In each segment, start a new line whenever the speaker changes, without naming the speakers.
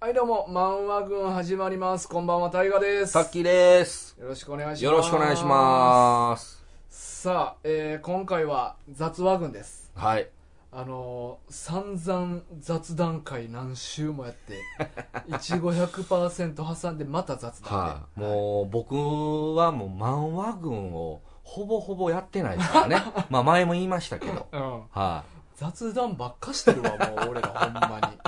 はいどうも漫画軍始まりますこんばんは大河です
さっきです。
よろしくお願いします
よろしくお願いします。
すさあ、えー今回は雑話軍です
はい。
あのー散々雑談会何週もやって 1500%挟んでまた雑談
はい。もう僕はもう漫画群をほぼほぼやってないですから ね。まあ前も言いましたけど。
で、うん、
はい。
雑談ばっかしてるわもう俺らほんまに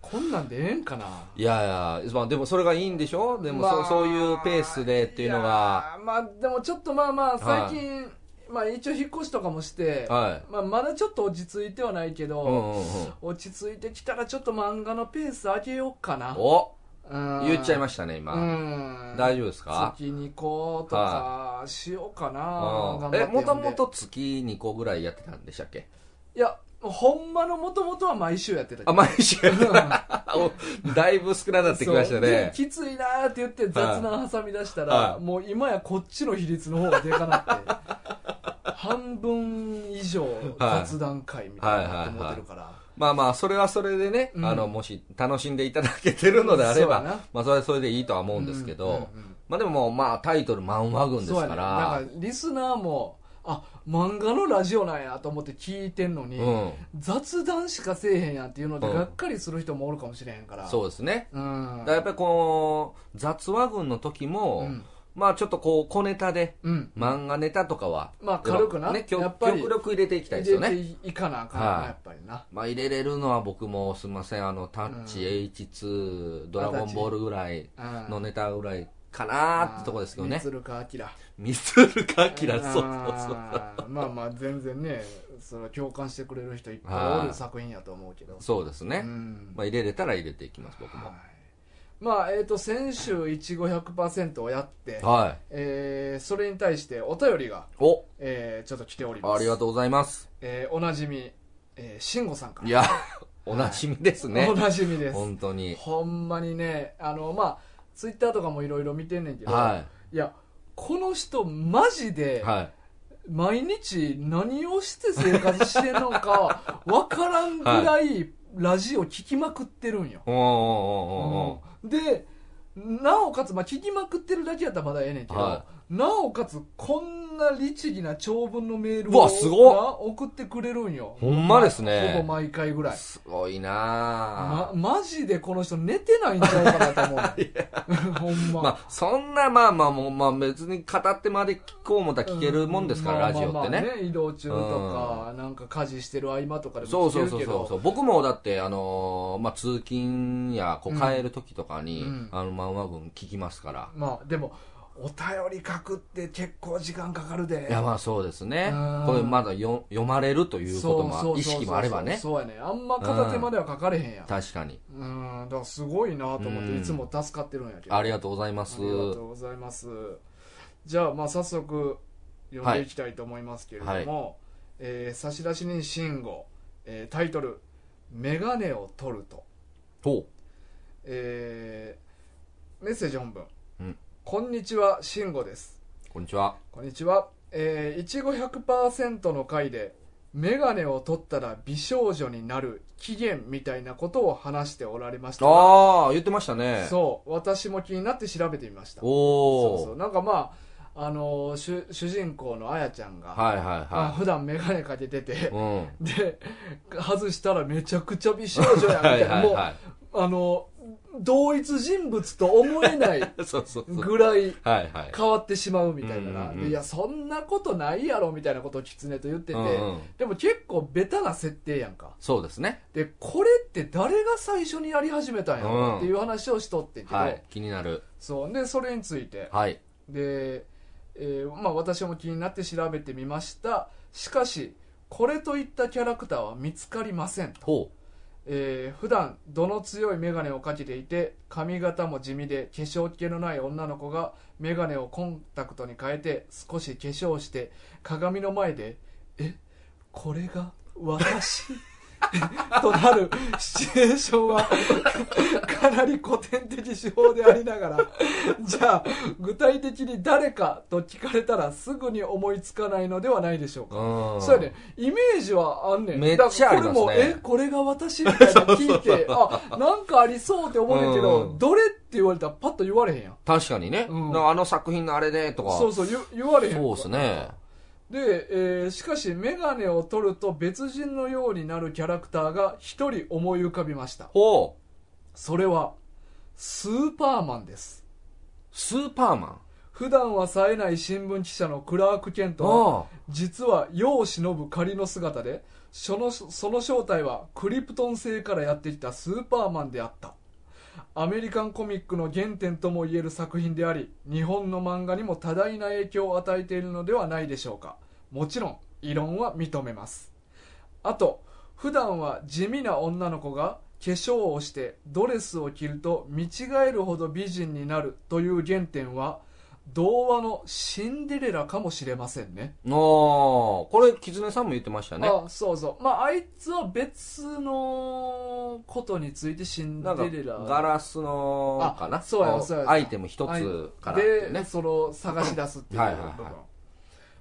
こんなんでええんかない
やいや、まあでもそれがいいんでしょでも
まあ
そ,、そういうペースでっていうのが。
いやーまあでもちょっとまあまあ最近、まあ一応引っ越しとかもして、
は
まあ、まだちょっと落ち着いてはないけど、
い。うんうんうん。
落ち着いてきたらちょっと漫画のペース上げようかな
お
うん
言っちゃいましたね、今。
うん
大丈夫ですか
月にこうとかしようかな、頑
う
張っ
ん
て
え、
読んで
もともと月2個ぐらいやってたんでしたっけ
いやほんまのもともとは毎週やってたけど
あ、毎 週やってた。おだいぶ少なくなってきまし
そう
たね。
できついなーって言って雑談挟み出したら、
はい
もう今やこっちの比率の方がでかなって 半分以上雑談会みたいになって思ってるから、
まあまあ、それはそれでね、
うん
あの、もし楽しんでいただけてるのであれば
そうやな、
まあそれはそれでいいとは思うんですけど、
うんうん
まあでももう、まあタイトル漫画
う
群
ん
です
そうや
か
ね
ら、
なんかリスナーもあ漫画のラジオなんやと思って聞いてんのに、
うん、
雑談しかせえへんやんっていうので
うん
がっかりする人もおるかもしれへんから、
そうですね。
うん、
だからやっぱりこう、雑話群の時も、
うん
まあちょっとこう、小ネタで、
うん
漫画ネタとかは、
まあ軽くな
ね、
や
極
っぱり
極力入れていきたい
入
ですよ
れ
ね。
ていかなあかん
は
ないやっぱりな
まあ入れれるのは僕もすみません、あの、タッチ、
うん
H2、ドラゴンボールぐらいのネタぐらいかなーってとこですけどね。
鶴か明
ミスルカキラ、そうそうそう。
あーまあまあ全然ねその共感してくれる人いっぱいおる作品やと思うけど
そうですね。
うん
まあ、入れれたら入れていきます、僕も
はい。まあえっ、と先週1500%をやって、
はい。
えーそれに対してお便りが、
お
えーちょっと来ております
ありが
う、
とうございます。
えーおなじみ、えー、慎吾さんから
いや、おなじみですね
お。なじみです
本当に。
ほんまにねあのまあツイッターとかもいろいろ見てんねんけど、、
はい
やこの人マジ
い。
で、
は
毎日何をして生活してんのか分からんぐらいラジオ聞きまくってるんよ、
い。おーおーおーおーお
でなおかつ、まあ、聞きまくってるだけやったらまだええねんけど、
は
なおかつこんな律儀な長文のメール
う
を
わすごっ
な送ってくれるんよ
ほんまですね
ほぼ毎回ぐらい
ーすごいな
ま
あ、
マジでこの人寝てないんちゃうかなと思 う ほんま、
まあ、そんな、まあまあ、もう、まあ別に語ってまで聞こうもたら聞けるもんですから、
う
ラジオって
まあまあ
ね。
まあ移動中とか、なんか家事してる合間とかで
そ
も
うそ
聞
う
ける
そう
け
そうそ
ど
う。僕もだって、あのーまあ、通勤や、こう、帰る時とかに、
うん
あの、漫画群聞きますから。
まあでもお便り書くって結構時間かかるで
いやまあそうですね
うん
これまだよ読まれるということも意識もあればね
そうやねあんま片手までは書かれへんやん
確かに
うんだからすごいなと思っ
う
て
ん
いつも助かってるんやけど
ありがとうございます
ありがとうございますじゃあまあ早速読んでいきたいと思いますけれども、
はい
えー差出人慎吾、えータイトル「メガネを取ると」
ほ
えーメッセージ本文、
うん
こんにちは慎吾です
うこんにちは
こんにちはえー、いちご100%の回でメガネを取ったら美少女になる起源みたいなことを話しておられましたが
ああ言ってましたね
そう私も気になって調べてみました
お
そうそう
お
なんかまああのー主主人公のあやちゃんが、
はいはい
まあ
は
普段メガネかけてて
い、うん
で外したらめちゃくちゃ美少女やみたいな
は
もうあの同一人物と思え ない
いそうそうそう
ぐらい
はいはい
変わってしまうみたいなな、
うんうんうん
でいやそんなことないやろみたいなことをキツネと言ってて、
うんうん
でも結構ベタな設定やんか
そうですね
でこれって誰が最初にやり始めたんやろっていう話をしとってんけど、
はい気になる
そうでそれについて、
はい
で、えーまあ、私も気になって調べてみましたしかしこれといったキャラクターは見つかりませんと、
ほ
えー普段度の強い眼鏡をかけていて髪型も地味で化粧気のない女の子が眼鏡をコンタクトに変えて少し化粧して鏡の前で「えこれが私 となるシチュエーションは かなり古典的手法でありながらじゃあ具体的に誰かと聞かれたらすぐに思いつかないのではないでしょうか、
うん
そうやねイメージはあんねん
めっちゃあります
だ
ね
からこれもえこれが私みたいなの 聞いてあなんかありそうって思うねんけど、
うん
どれって言われたらパッと言われへんやん
確かにね、
うん
だからあの作品のあれねとか
そうそう言言われへんから
そうですね
で、えーしかし眼鏡を取ると別人のようになるキャラクターが一人思い浮かびました
ほう
それはスーパーマンです
スーパーマン
普段は冴えない新聞記者のクラーク・ケントは
あ
実は世を忍ぶ仮の姿でそのその正体はクリプトン星からやってきたスーパーマンであったアメリカンコミックの原点ともいえる作品であり日本の漫画にも多大な影響を与えているのではないでしょうかもちろん異論は認めますあと普段は地味な女の子が化粧をしてドレスを着ると見違えるほど美人になるという原点は童話のシンデレラかもしれませんね
あああこれ狐さんも言ってましたね
あそうそうまああいつは別のことについてシンデ
なんか
レラ
ガラスのかな
あそうやそうや
アイテム一つからっていう
で
ね
その探し出すっていう部分
はいはいは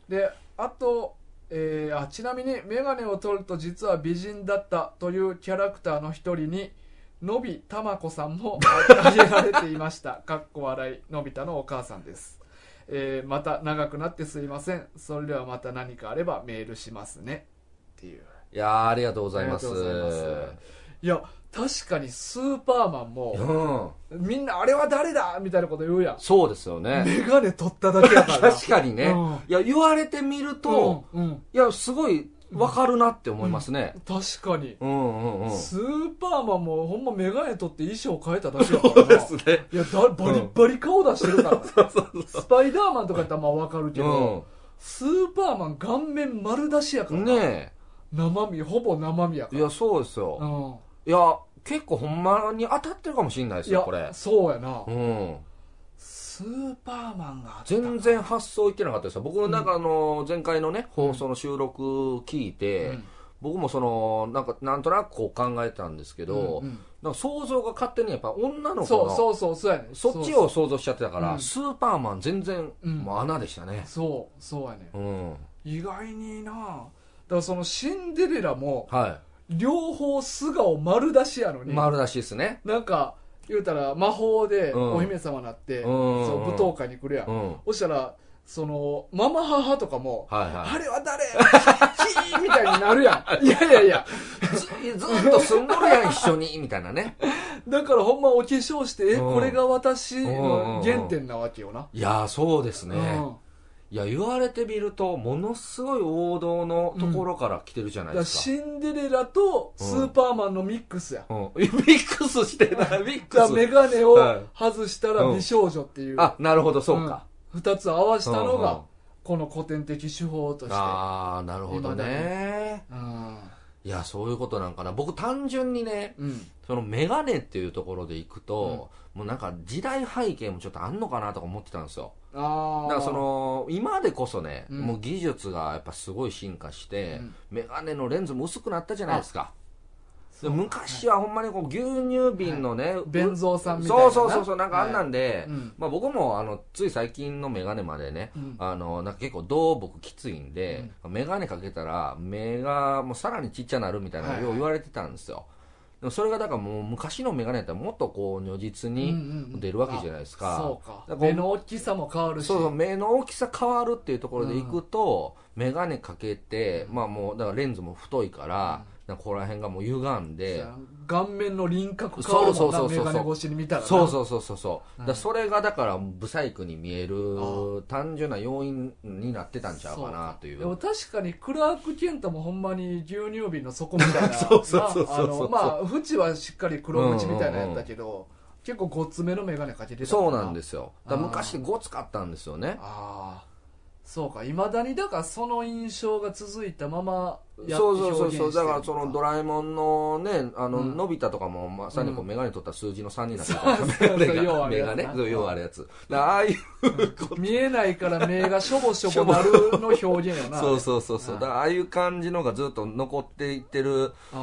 であと、えーあちなみに眼鏡を取ると実は美人だったというキャラクターの一人にのびたまこさん も挙げられていましたかっこ笑いのび太のお母さんです、えーまた長くなってすいませんそれではまた何かあればメールしますねっていう
いやーありがとうございます
ありがとうございますいや確かにスーパーマンも
うん
みんなあれは誰だみたいなこと言うやん
そうですよね
眼鏡取っただけやからな
確かにね、
うん
いや言われてみると、
うんうん
いやすごいわかるなって思いますね、
確かに、
うん、うんうん
スーパーマンもほんま眼鏡取って衣装変えただけやからな
ね
いやだバリッバリ顔出してる から、スパイダーマンとかやったらまあわかるけど、スーパーマン顔面丸出しやか
う
ら
ん
な、
ね
生身ほぼ生身やか
えい
ら
やそうですよ、
うん
いや結構ほんまに当たってるかもしれないです
い
よ
や
これ
そうやな、
うん
スーパーマンがあった
全然発想いってなかったですよ僕のなんかあの前回のね放送の収録聞いて、
うん
僕もそのなんかなんとなくこう考えたんですけど、
うんうん
なんか想像が勝手にやっぱ女の子
そ
の
うそうそうそうやね
そっちを想像しちゃってたから、
うん
スーパーマン全然、
うん
もう穴でしたね。
そうそうやね
うん。
意外になだからそのシンデレラも
は
両方素顔丸出しやの
い。
に、
丸出しですね。
なんか言うたら魔法で
うん
お姫様になって、
うんうんうん
そう舞踏会に来るやん、
うん。
そしたらそのママ母とかも、
はいは
あれは誰キーみたいになるや んいやいやいや
い。ずずっと住んどるやん、一緒に、み たいなね。
だからほんまお化粧して、え
うん
これが私
うんうんう
の
ん
原点なわけよな、
いやー、そうです
う
ね。いや、言われてみると、ものすごい王道のところから来てるじゃ
だか
ないで
ら
す
シンデレラとスーパーマンのミックスや、
か。うん。ミックスしてない、ミック
だからメ
ス。
ガネを
はい
外したら美少女っていう、
あ、なるほど、そうか。
2つ合わせたの
うんう
が
ん
この古典的手法として
あー、なるほどね。
うん
いや、そういうことなんかな。僕、単純にね、
うん
そのメガネっていうところでいくと、もうなんか時代背景もちょっとあんのかなとか思ってたんですよ。
あ
だ
あ
からその、今でこそね、
うん
もう技術がやっぱすごい進化して、
うん
メガネのレンズも薄くなったじゃないですか。
そ
で
う
昔はほんまにこう牛乳瓶のね、う
弁蔵さんみたいな
そ
な
うそうそうそう、なんかあんなんで、
いうん
まあ僕もあの、つい最近のメガネまでね、
うん
あの、なんか結構銅僕きついんで、メガネかけたら目がもうさらにちっちゃなるみたい
はい
な
はい
よう言われてたんですよ。でもそれがだからもう昔のメガネだったらもっとこう如実
うん
に
うんうん
出るわけじゃないですか。
あそうか
だからこう
目の大きさも変わるし
そうそう目の大きさ変わるっていうところでいくと、メガネかけて、まあもうだからレンズも太いから、なんかここら辺がもう歪んで、
顔面の輪郭変わるも
そうん
な
そうそう
メ
そう
ガネ越しに見たらな
そうそうそうそうそう、
うん
だからそれがだからブサイクに見え
あ
る単純な要因になってたんちゃうかなとい
でも
う
確かにクラーク・ケントもほんまに牛乳瓶の底みたいな
そうそうそうそう
なあのまあ縁はしっかり黒縁みたいなやったけど、結構ごつめの眼鏡かけてた
そうなんですすよだから昔
あー
ゴツかったんですよね
ああそうかいまだにだからその印象が続いたままやって
そうそうそうそ
表
う
現して
だ
る
か
の
らそのドラえもんのねあの、
うん
のび太とかもまさにこ
う
う
ん
眼鏡取ったら数字の3になってたから、
そうそうそう
メガネ
要は
が
あれ
メ
やな
ガネそう要はあるやつだからああいう
見えないから目がしょぼしょぼなるの表現よな
そうそうそうそう
あ
だからああいう感じのがずっと残っていってる
あ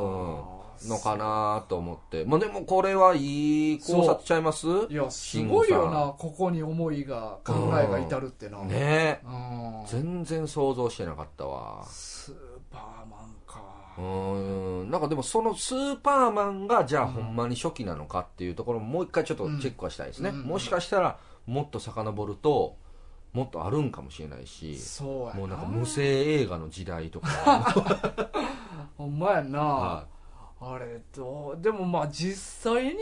ー
のかなと思ってまあでもこれはいい考察ちゃいます
いやすごいよなここに思いが考えが至るってな、
ね
うん
全然想像してなかったわ
スーパーマンか
うーんなんかでもそのスーパーマンがじゃあほんまに初期なのかっていうところももう一回ちょっとチェックはしたいですね、
うん
もしかしたらもっと遡るともっとあるんかもしれないし
そうやな
もうなんか無声映画の時代とか、
ほんまやな、
は
あれとでもまあ実際に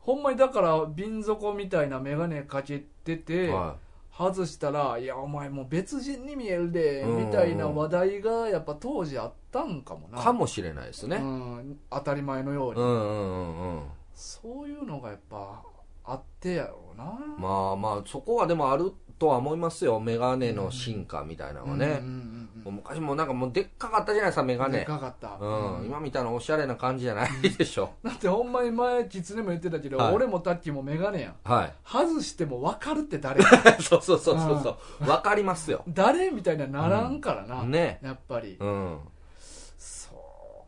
ほんまにだから瓶底みたいな眼鏡かけて
い
て、
は
外したら「いやお前もう別人に見えるで」
うんうん
みたいな話題がやっぱ当時あったんかも
い
な
かもしれないです
う
ね、
ん、当たり前のよう
う
に、
ん、うんうんうん
そういうのがやっぱあってやろうな、
まあまあそこはでもあるとは思いますよ眼鏡の進化みたいなのはね、
うんうんうん
もう昔もなんかもうでっかかったじゃないですか眼
うん
鏡
でかかった、
うん、今みたいなおしゃれな感じじゃないでしょ、
だってほんまに前キツネも言ってたけど、
はい
俺もタッキーも眼鏡やん
はい
外しても分かるって誰
そうそうそうそうそうわかりますよ
誰みたいなならんからな、
ね
やっぱり、
うん
そ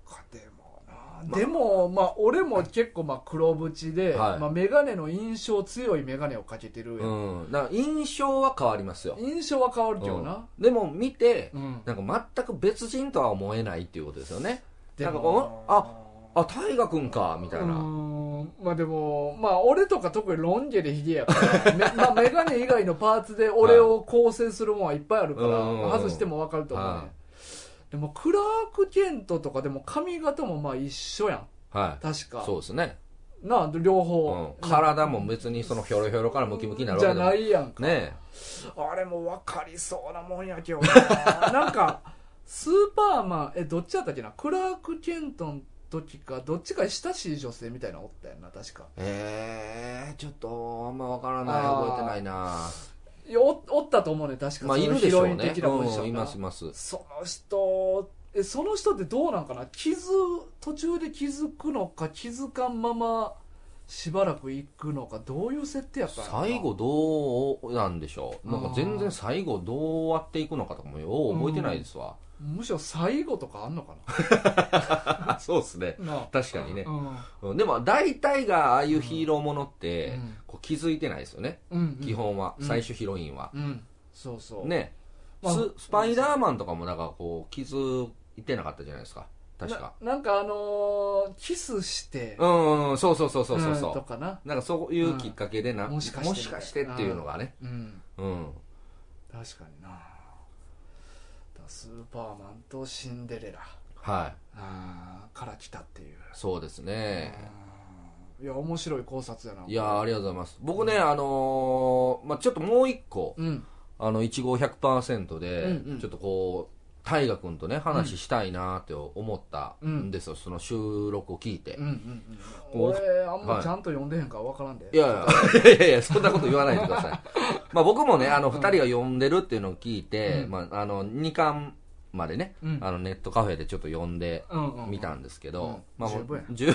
うかでもな、でもまあ俺も結構まあ黒縁で、
はい
まあ、眼鏡の印象強い眼鏡をかけてるやん、
うんだから印象は変わりますよ、
印象は変わるけどな、
うんでも見て
うん
なんか全く別人とは思えないっていうことですよね
で
なんかこうああ大河君かみ
う
たい
ー
な、
んまあでもまあ俺とか特にロン毛でヒゲやからめ、まあ、眼鏡以外のパーツで俺を構成するもんはいっぱいあるから、
うん
まあ外しても分かると思うね、
はい
でもクラーク・ケントとかでも髪型もまあ一緒やん
はい
確か
そうですね、
なあ両
うん
方、、
体も別にそのひょろひょろからムキムキになるわ
じ
け
ゃ
でも
ないやんか、
ね
あれも分かりそうなもんやけどななんかスーパーマンえどっちやったっけなクラーク・ケントの時かどっちか親しい女性みたいなのおったやんな確か
ええー、ちょっとあんまわからない
あー
覚えてないない
やおおったと思うね確か
まあい
その
るでしょう
ヒロイ
ね
ン的なポジション
うん、い
が
ますいます
その人えその人ってどうなんかな気づ途中で気づくのか気づかんまましばらく行くのかどういう設定やったんやろな
最後どうなんでしょうなんか全然最後どう終わっていくのかとかもよう覚えてないですわ、
むしろ最後とかあんのか
あそうですね
ななあ
確かにね
う、ん
うんでも大体がああいうヒーローものって、
うん
こう気づいてないですよね、
うん
基本は、
うん
最終ヒロインは、
うんそうそう
ね
まあ
ススパイダーマンとかもなんかこう気づいてなかったじゃないですか確か
ななんかあのーキスして
うん、うん、そうそうそうそうそうそ
んと
う、
かな
なんかそういうきっかけでな、
うんも
も
し
し
か
か
して
してっていうのがね
うん
うん
確かになだからスーパーマンとシンデレラ
はい
あーから来たっていう
そうですね、
いや面白い考察やない
やーありがとうございます僕ね、あのーまあ、ちょっともう一個
うん
あの1号100%で、
うんうん
ちょっとこう大河君とね話したいなーって思ったんですよ、その収録を聞いて、
うんうんうん
お
俺あんま
はい
ちゃんと読んでへんから分からんで
いやいやいやいやそんなこと言わないでください まあ僕もねあの2人が呼んでるっていうのを聞いて、
うん
まあ、あの2巻までね、
うん
あのネットカフェでちょっと呼んで
うんうんうん
みたんですけど、
うん
まあも
十分や
う十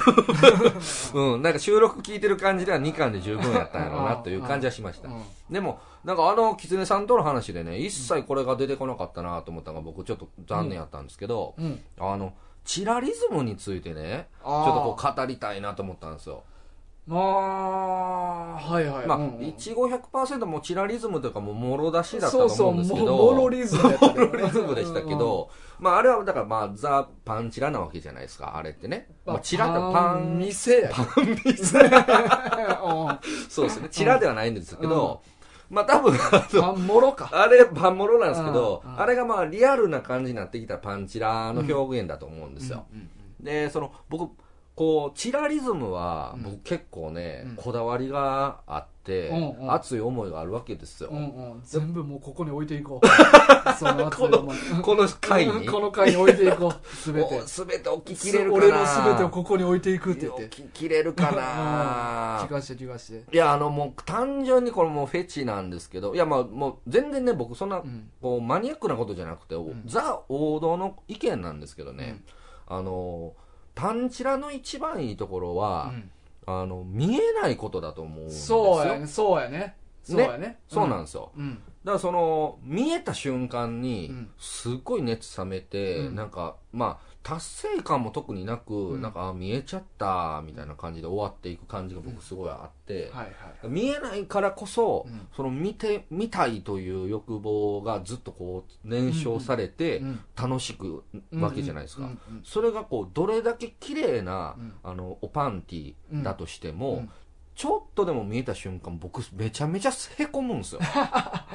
分うんなんか収録聞いてる感じでは2巻で十分やったんやろうなという感じはしました
うん
でも、なんかあの、狐さんとの話でね、一切これが出てこなかったなと思ったのが僕ちょっと残念やったんですけど、
うん
あの、チラリズムについてね、
ち
ちょっとこ
う
う語りたいなと思ったんですよ。
まあはいはい
ま
う
あ
ん、うん
いちご100%もチラリズムというかもうもろ出しだった
そ
と
うそう
思うんです
も
けど、
モロリズムやったけどね
モロリズムでしたけど、まああれはだからまあザ・パンチラなわけじゃないですか、あれってね。まあチラってパン
店やパン 店
そうですね、チラではないんですけど、まあ多分、あの
パンもろか
あれ、パンモロなんですけど、
うんうん
あれがまあリアルな感じになってきたパンチラの表現だと思うんですよ。で、その、僕、こうチラリズムは
うん
僕結構ね、
うん
こだわりがあって、
うんうん
熱い思いがあるわけですよ、
うんうん、全部もうここに置いていこう その熱い思い
この回に、
うん この回に置いていこう
お
全て
全て置ききれるかな
俺の全てをここに置いていくって言って
置ききれるかな
うん聞かして聞かして
いや、あの、もう、単純にこれもうフェチなんですけど、いや、まあ、もう、全然ね、僕、そん
う、
な
ん
こう、マニアックなことじゃなくて、
ん
ザ王道の意見なんですけどね、あの、パンチラの一番いいところは、あの、見えないことだと思うんですよ。
そうやねそうやねそうやね
そうなんですよ。
うん
だから、その、見えた瞬間
う
に
ん、
すっごい熱冷めて、
うん
なんか、まあ、達成感も特になく、
ん
なんか、あ見えちゃった、みたいな感じで終わっていく感じが僕、すごいあって、
はいはい
見えないからこそ、
うん
その見て見たいという欲望がずっとこう燃焼されて
うん
楽しくわけじゃないですか、
うんうん
それがこうどれだけ綺麗な、
うん
あのおパンティだとしても、
うん
ちょっとでも見えた瞬間僕めちゃめちゃへこむんですよ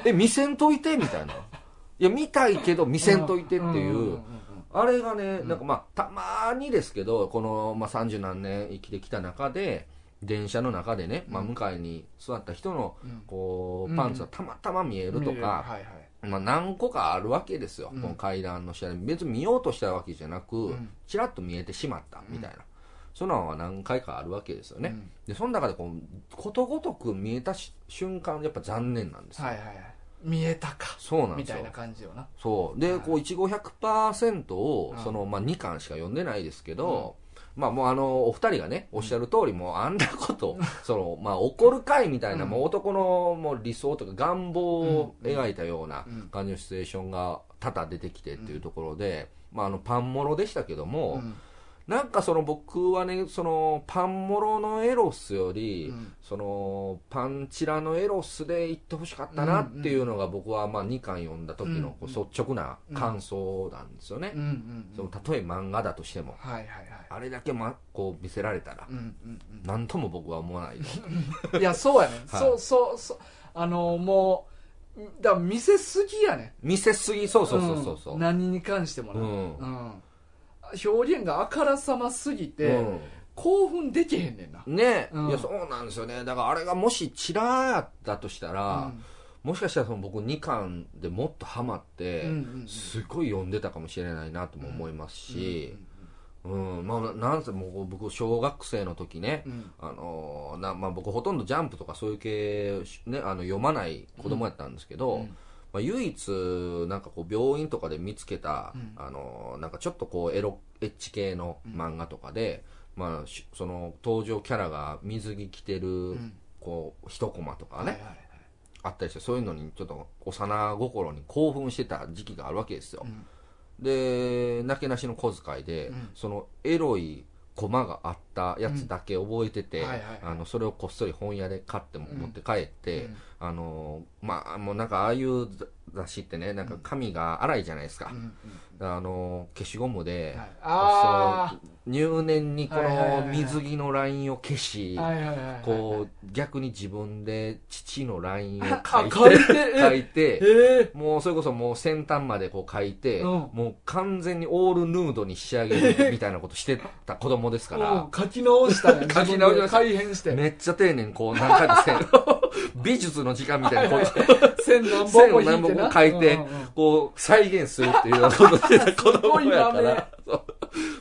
え見せんといてみたいないや見たいけど見せんといてっていう、
んんんん
あれがね、
うん
なんかまあ、たまにですけど、この、まあ、30何年生きてきた中で、電車の中でね、まあ、
うん
向かいに座った人の、
うん
こ
う
う、
ん
パンツがたまたま見えると
見れは
か、
いはい
まあ、何個かあるわけですよ。
うん
この階段の下で。別に見ようとしたわけじゃなく
うん、
ちらっと見えてしまった、みたいな。そんなのは何回かあるわけですよ
う
ね。
ん
で、その中で、こう、ことごとく見えたし瞬間、やっぱ残念なんですよ。
はいはいはい見えたか
そうなん
み
です
たい
よ
な。感じよな
そうで、
はい
こう一五百パーセントを
うん
そのまあ二巻しか読んでないですけど、まあもうあのお二人がねおっしゃる通り、もうあんな こと、そのまあ怒るかいみたいな、
うん
もう男のもう理想とか願望を描いたような
うん
感じのシチュエーションが多々出てきてっていうところで、まああのパンモロでしたけども、
うん
なんかその僕はねそのパンモロのエロスより、
うん
そのパンチラのエロスで言ってほしかったなっていうのが僕はまあ2巻読んだ時のこう
うん
率直な感想なんですよね、
うんうん
その例え漫画だとしても
はいはいはい
あれだけ、ま、こう見せられたら
うんうんうん
何とも僕は思わないの
いや、そうやね。
はい
そうそうそう。あの、もう、だから見せすぎやね。
見せすぎそうそうそうそうそう
うん何に関してもな。
うん
うん表現があからさますぎて、興奮できへんねんな。
うんね、
うん
いやそうなんですよねだからあれがもしチラやったとしたら、もしかしたらその僕2巻でもっとハマって、
うんうんうん
すごい読んでたかもしれないなとも思います
うん
し、うん、まあ、なんせもう僕、小学生の時ね
う、ん
あのーなまあ、僕ほとんどジャンプとかそういう系、ね、あの読まない子供やったんですけど、
うん
まあ、唯一、なんかこう、病院とかで見つけた、
うん
あのーなんかちょっとこう、エロ、エッチ系の漫画とかで、まあ、しその、登場キャラが水着着てる、
ん
こう、一コマとか
はい
ね、
はいはい
あったりして、そういうのにちょっと幼心に興奮してた時期があるわけですよ。
うん
で、なけなしの小遣いで、
うん
そのエロいコマがあったやつだけ覚えてて、
うんはいはいはい
あのそれをこっそり本屋で買っても
うん
持って帰って、
うん
あのまあもうなんかああいう雑誌ってねなんか紙が荒いじゃないですか
うん、うん
あの消しゴムで、
はいあ
その入念にこ
はいはいはい
の
はい
水着のラインを消し、
あ、はいはいはいはい。
こう逆に自分で父のラインを
あ、
書いて
書いて、
書
え
い
え
てもうそれこそもう先端までこう書いて、
うん
もう完全にオールヌードに仕上げるみたいなことしてた子供ですか
ー
ら、
書き直したね。
書き直しました
改変して。
めっちゃ丁寧にこう何回も線 美術の時間みたいにこう、
線何本
線
も
を
引い
何
て
本
な。
も書いて
うんうんうん、
こう再現するっていうようなことしてた子供やか
すごいな
ら、そ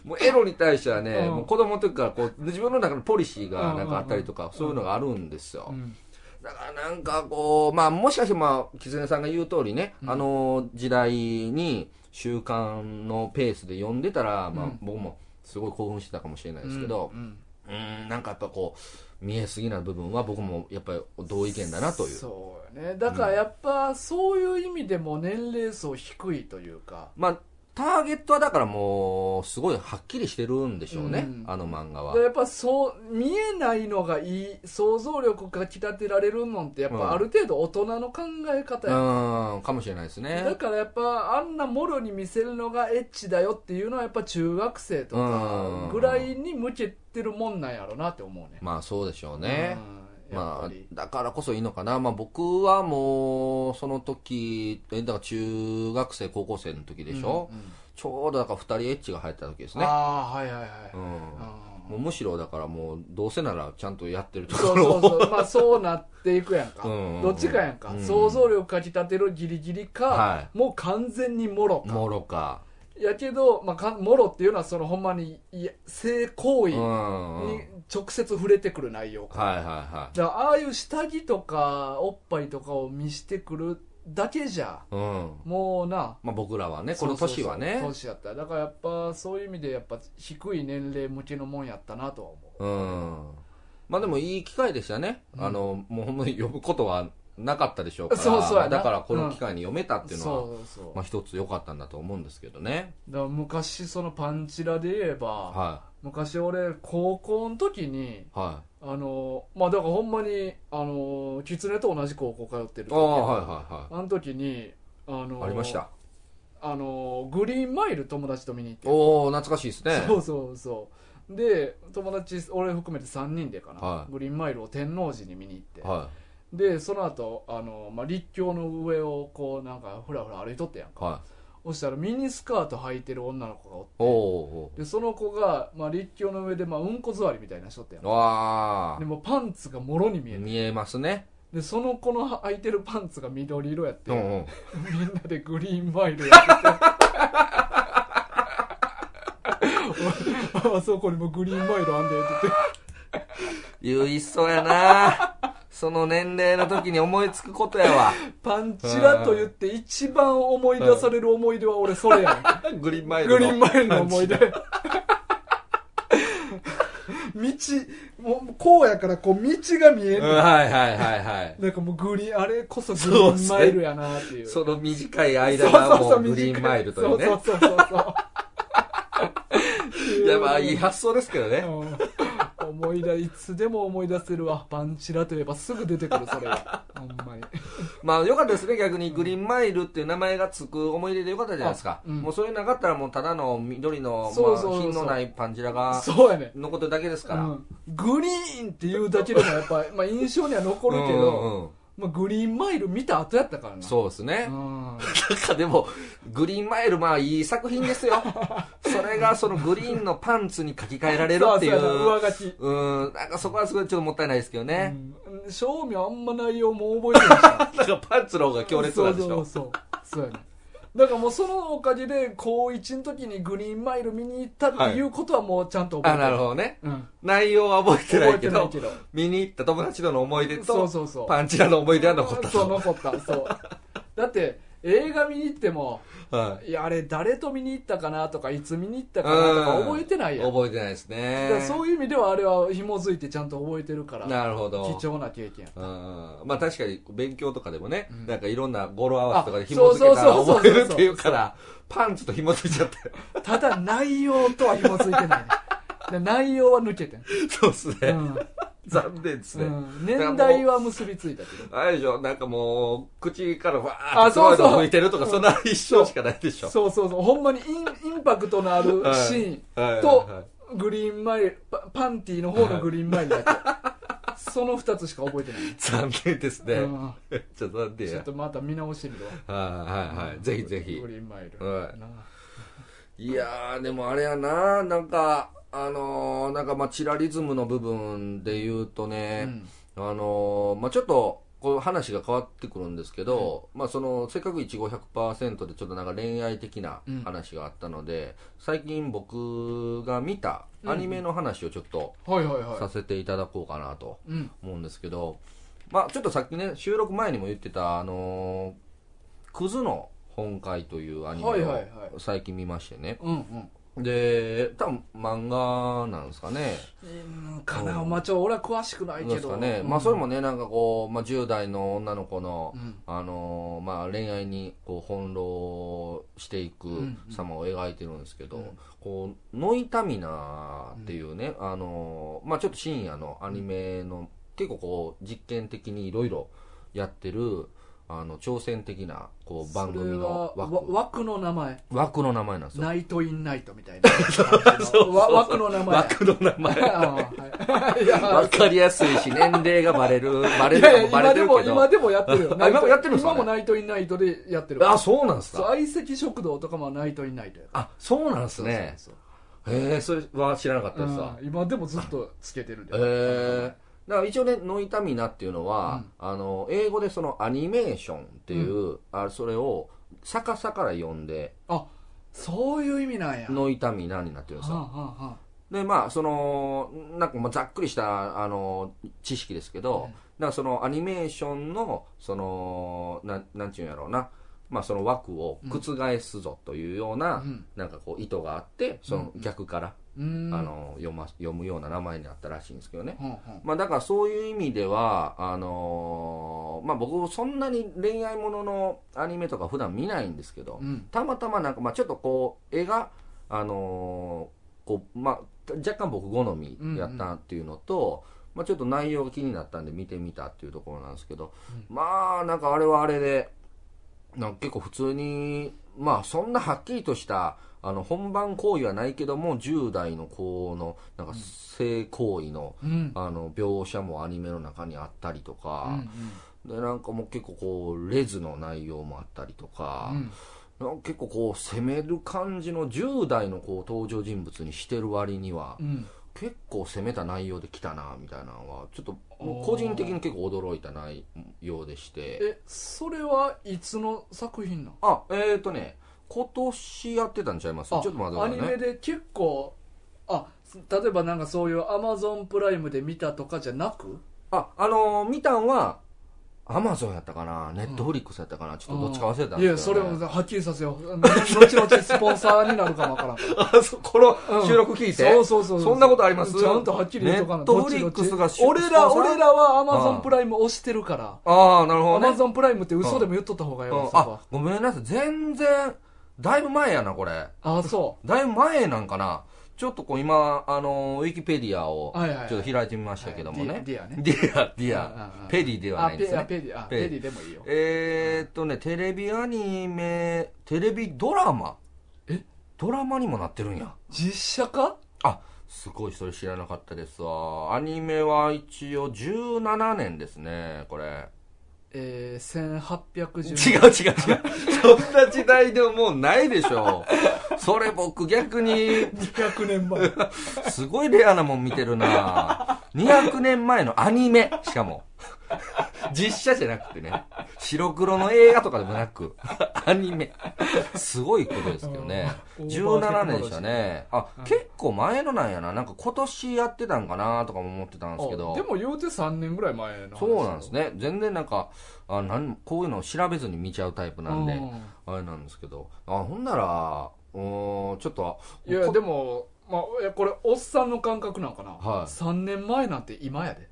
うもうエロに対してはね、
うん
もう子供の時からこう自分の中のポリシーがなんかあったりとか、
ん
そういうのがあるんですよ。
うん
だからなんかこう、まあもしかしてまあ、キツネさんが言う通りね、
うん
あの時代に週刊のペースで読んでたら、まあ
うん
僕もすごい興奮してたかもしれないですけど
う、ん
うーん、なんかやっぱこう、見えすぎな部分は僕もやっぱり同意見だなという。
そうよねだからやっぱそういう意味でも年齢層低いというか、
まあ、ターゲットはだからもう、すごいはっきりしてるんでしょうね、
うん
あの漫画は
で。やっぱそう見えないのがいい想像力がき立てられるのってやっ
うん
ぱある程度大人の考え方や、
うん、かもしれないです
だ
ね。
からやっぱあんなもろに見せるのがエッチだよっていうのはやっぱ中学生と
う
か
ん
ぐらいに向けてるもんなんやろなって思うね
まあそうでしょうね。
うんやっ
ま
ぱ
あ
り、、
だからこそいいのかな、まあ、僕はもうその時えだから中学生高校生の時でしょ、
うんうん
ちょうどだから2人エッチが入った時ですね
ああはいはいはい、
うん
うん
もうむしろだからもうどうせならちゃんとやってると
そ
こ
う
ろ
そ
を
うそうまあそうなっていくやんか
うんうんうん
どっちかやんか、
うん
想像力かきたてるギリギリか、
は
もう完全にもろか
もろか
やけど、まあ、かもろっていうのはそのほんまにいや性行
う
為
ん
に
はい
直接触れてくる内容か、
はい
だ
は
からああいう下着とかおっぱいとかを見してくるだけじゃ
いうん
もうな
まあ僕らはねこの年は
そう
ね
そうそう年やっただからやっぱそういう意味でやっぱ低い年齢向けのもんやったなとは思う
うんまあでもいい機会でしたね、
うん
あのもうほんまに呼ぶことはなかったでしょうから
そうそうやな
だからこの機会に読めたっていうのは、
そうそうそう、
まあ、一つ良かったんだと思うんですけどね
だから昔そのパンチラで言えば、
は
昔俺高校の時に
いは
あのまあだからほんまにあのキツネと同じ高校通ってる
いああはいはいは
あの時にあの
いありました
あのグリーンマイル友達と見に行っ
おお懐かしいです
て、
ね
そうそうそうで友達俺含めて3人でかな、
はい
グリーンマイルを天王寺に見に行って、
は
でその後あの、まあ立教の上をこうなんかふらふら歩いとったやん
いは
そしたらミニスカート履いてる女の子がおっ
いおお
てでその子が、まあ、立教の上で、まあ、うんこ座りみたいなしとったやん
わ
で
あ
もパンツがもろに見える
見えますね
でその子の履いてるパンツが緑色やって、
うんうん
みんなでグリーンマイルやっててあそこにもグリーンマイルあんでって言って
優一そうやな その年齢の時に思いつくことやわ
パンチラと言って一番思い出される思い出は俺それやん
グリーンマ
グリーンマイルの思い出道もうこうやからこう道が見えん
うん
の
はいはいはいはい
なんかもうグリーンあれこそグリーンマイルやなっていう
その短い間がもうグリーンマイルというね
そう。そうそう そうそう
いや、まあ、いい発想ですけどね。
うん思い出いつでも思い出せるわパンチラといえばすぐ出てくるそれ がほんまに
まあ、よかったですね、逆に。グリーンマイルっていう名前がつく思い出でよかったじゃないですか。
あうん
もうそういうなかったら、もうただの緑の、ま
そう
あ、
そうそう
品のないパンチラが
そうやね
残ってるだけですから。
うんグリーンっていうだけでもやっぱ、まあ、印象には残るけど、
うんうん
まあ、グリーンマイル見た後やったからな
そうですね。
うん
なんかでも、グリーンマイル、まあいい作品で すよ。それがそのグリーンのパンツに書き換えられるってい
そうそう
う。
上書き
うん、なんかそこはすごいちょっともったいないですけどね。
うん正味あんま内容も覚えてないしな
なんかパンツの方が強烈なんでしょ。
そうそうそうそうやねだからもうそのおかげで高1の時にグリーンマイル見に行ったっていうことはもうちゃんと覚え
あ、
てる、
なるほどね。
うん、
内容は覚えてないけ
覚え
ど
てないけど
見に行った友達との思い出と
そうそうそう
パンチラの思い出は残った
そう
と、
残ったそうだって映画見に行っても
はい
やあれ誰と見に行ったかなとかいつ見に行ったかなとか覚えてない
い、
やんだ
覚えてないですね
からそういう意味ではあれは紐づいてちゃんと覚えてるから
なるほど
貴重な経験や
うんまあ確かに勉強とかでもね、
うん
なんかいろんな語呂合わせとかで
あ
紐付けたら
そうそうそうそう
覚えるっていうからパンツと紐付いちゃって
ただ内容とは紐づいてないねで内容は抜けてん、
そうですね、
うん
残念ですね、
うん年代は結びついたけど
あれでしょなんかもう口からわー
あ
ってそういう
そうそ
の
う
吹いてるとかそんな一生しかないでしょ
そうそうそうほんまにインインパクトのある
はい
シーン
はい
と
はいはい
グリーンマイルパパンティーの方のグリーンマイルだけ、その2つしか覚えてない
残念ですね、
うん
ちょっと残念
ちょ
や
っとまた見直してみるわ
はいはいはいぜひぜひ
グリーンマイル、
はい
ない
やー、でもあれやな、なんか、あのー、なんかまあ、チラリズムの部分で言うと
う
ね、
ん
あのー、まあ、ちょっと、こう話が変わってくるんですけど、まあ、その、せっかく1500%でちょっとなんか恋愛的な
うん
話があったので、最近僕が見たアニメの話をちょっと
はいはいは
させていただこうかなと
いうん
思うんですけど、まあ、ちょっとさっきね、収録前にも言ってた、あのー、クズの本会というアニメ
はいはいはい
を最近見ましてね、
うん
で多分漫画なんですかね
うんかなまあちょ俺は詳しくないけ
ど
ど
うですかね、まあそれもねなんかこう、まあ、10代の女の子の、
うん
あのーまあ、恋愛にこう翻弄していく
うん
様を描いてるんですけど、
うん
こうノイタミナっていうね、あのーまあ、ちょっと深夜のアニメの、結構こう実験的にいろいろやってるあの挑戦的なこう番組の
それは
枠
わ枠の名前
枠の名前なんですよ
ナイト・イン・ナイトみたいな わ枠の名前
枠の名前
ああはい いや
わかりやすいし、年齢がバレる、バレ
い
る
やいや
のもバ
今
レて
で
る
も
け
今
ど。
でもやってるよ
あ今もやってるんですか
今もナイト・イン・ナイトでやってる
あ、そうなんす
そう
か
相席食堂とかもナイト・イン・ナイトやか
あ、そうなんす
ら
ね。
そうそう
へえそれは知らなかったですわ、
うん今でもずっとつけてるんで
へえだから一応ね、ノイタミナっていうのは、あの、英語でそのアニメーションっていう、あそれを逆さから読んで、
あそういう意味なんや
ノイタミナになってるんです
はあ
よ。
はあはあ
で、まあ、その、なんかもうざっくりした、あの、知識ですけど、だからそのアニメーションの、その、なん、なんちゅうんやろうな、まあその枠を覆すぞというような、
うん
なんかこう意図があって、その逆から、
うーん
あの、読ま、読むような名前になったらしいんですけどね。
はんはん
まあだからそういう意味では、あのーまあ僕そんなに恋愛もののアニメとか普段見ないんですけど、
うん
たまたまなんかまあちょっとこう絵が、あのーこう、まあ若干僕好みやったっていうのと、まあちょっと内容が気になったんで見てみたっていうところなんですけど、まあなんかあれはあれで、なんか結構普通に、まあそんなはっきりとした、あの本番行為はないけども、10代の子の、なんか性行為の、
うん
あの描写もアニメの中にあったりと
うんう
か
ん、
でなんかもう結構こうレズの内容もあったりとか、なんか結構こう攻める感じの10代のこう登場人物にしてる割には、
うん
結構攻めた内容できたなみたいなのはちょっと
おー
個人的に結構驚いた内容でして
えそれはいつの作品なん
あえっ、ー、とね今年やってたんちゃいますちょ
あ
っと待って
ア
くだ
ニ
さい
メ
ね
で結構あ例えばなんかそういうアマゾンプライムで見たとかじゃなく
ああのー見たんはアマゾンやったかなネットフリックスやったかな、ちょっとどっちか忘れたんですけど、ね、
いやそれをはっきりさせよう後々スポンサーになるかもわからんから
あそこの収録聞いて、
そうそうそう
そんなことあります
ちゃんとはっきり言うとかな
ネットフリックスが
どっちどっち俺ら俺らはアマゾンプライム押してるから
ああなるほ
ア
ど
マ
ね
ゾンプライムって嘘でも言っとった方がいい
うん
よ、
あごめんなさい全然だいぶ前やなこれ
あそ
だいぶ前なんかなちょっとこう今あのウィキペディアを
はいはいはい
ちょっと開いてみましたけどもね、
はいディディアね
ディアディ
うんうんう
ア
ん
ペディで
う
は
あ
ないんで
ペ
すね
あペディあ
ペデ
ペ
ィ
ディでもいいよ
えーっとねテレビアニメテレビドラマ
え
ドラマにもなってるんや
実写化
あすごいそれ知らなかったですわアニメは一応17年ですねこれ
えー、1810
違う違う違うそんな時代でももうないでしょそれ僕逆に
200年前
すごいレアなもん見てるな200年前のアニメしかも実写じゃなくてね白黒の映画とかでもなくアニメすごいことですけどね
うん
17年でしたねあ結構前のなんやななんか今年やってたんかなとかも思ってたんですけど
あでも言うて3年ぐらい前の話
そうなんですね全然なんかあなんこういうのを調べずに見ちゃうタイプなんで
う
あれなんですけどあほんならうーんちょっと
いや
こ
でも、まあ、いやこれおっさんの感覚なんかな、
はい
3年前なんて今やで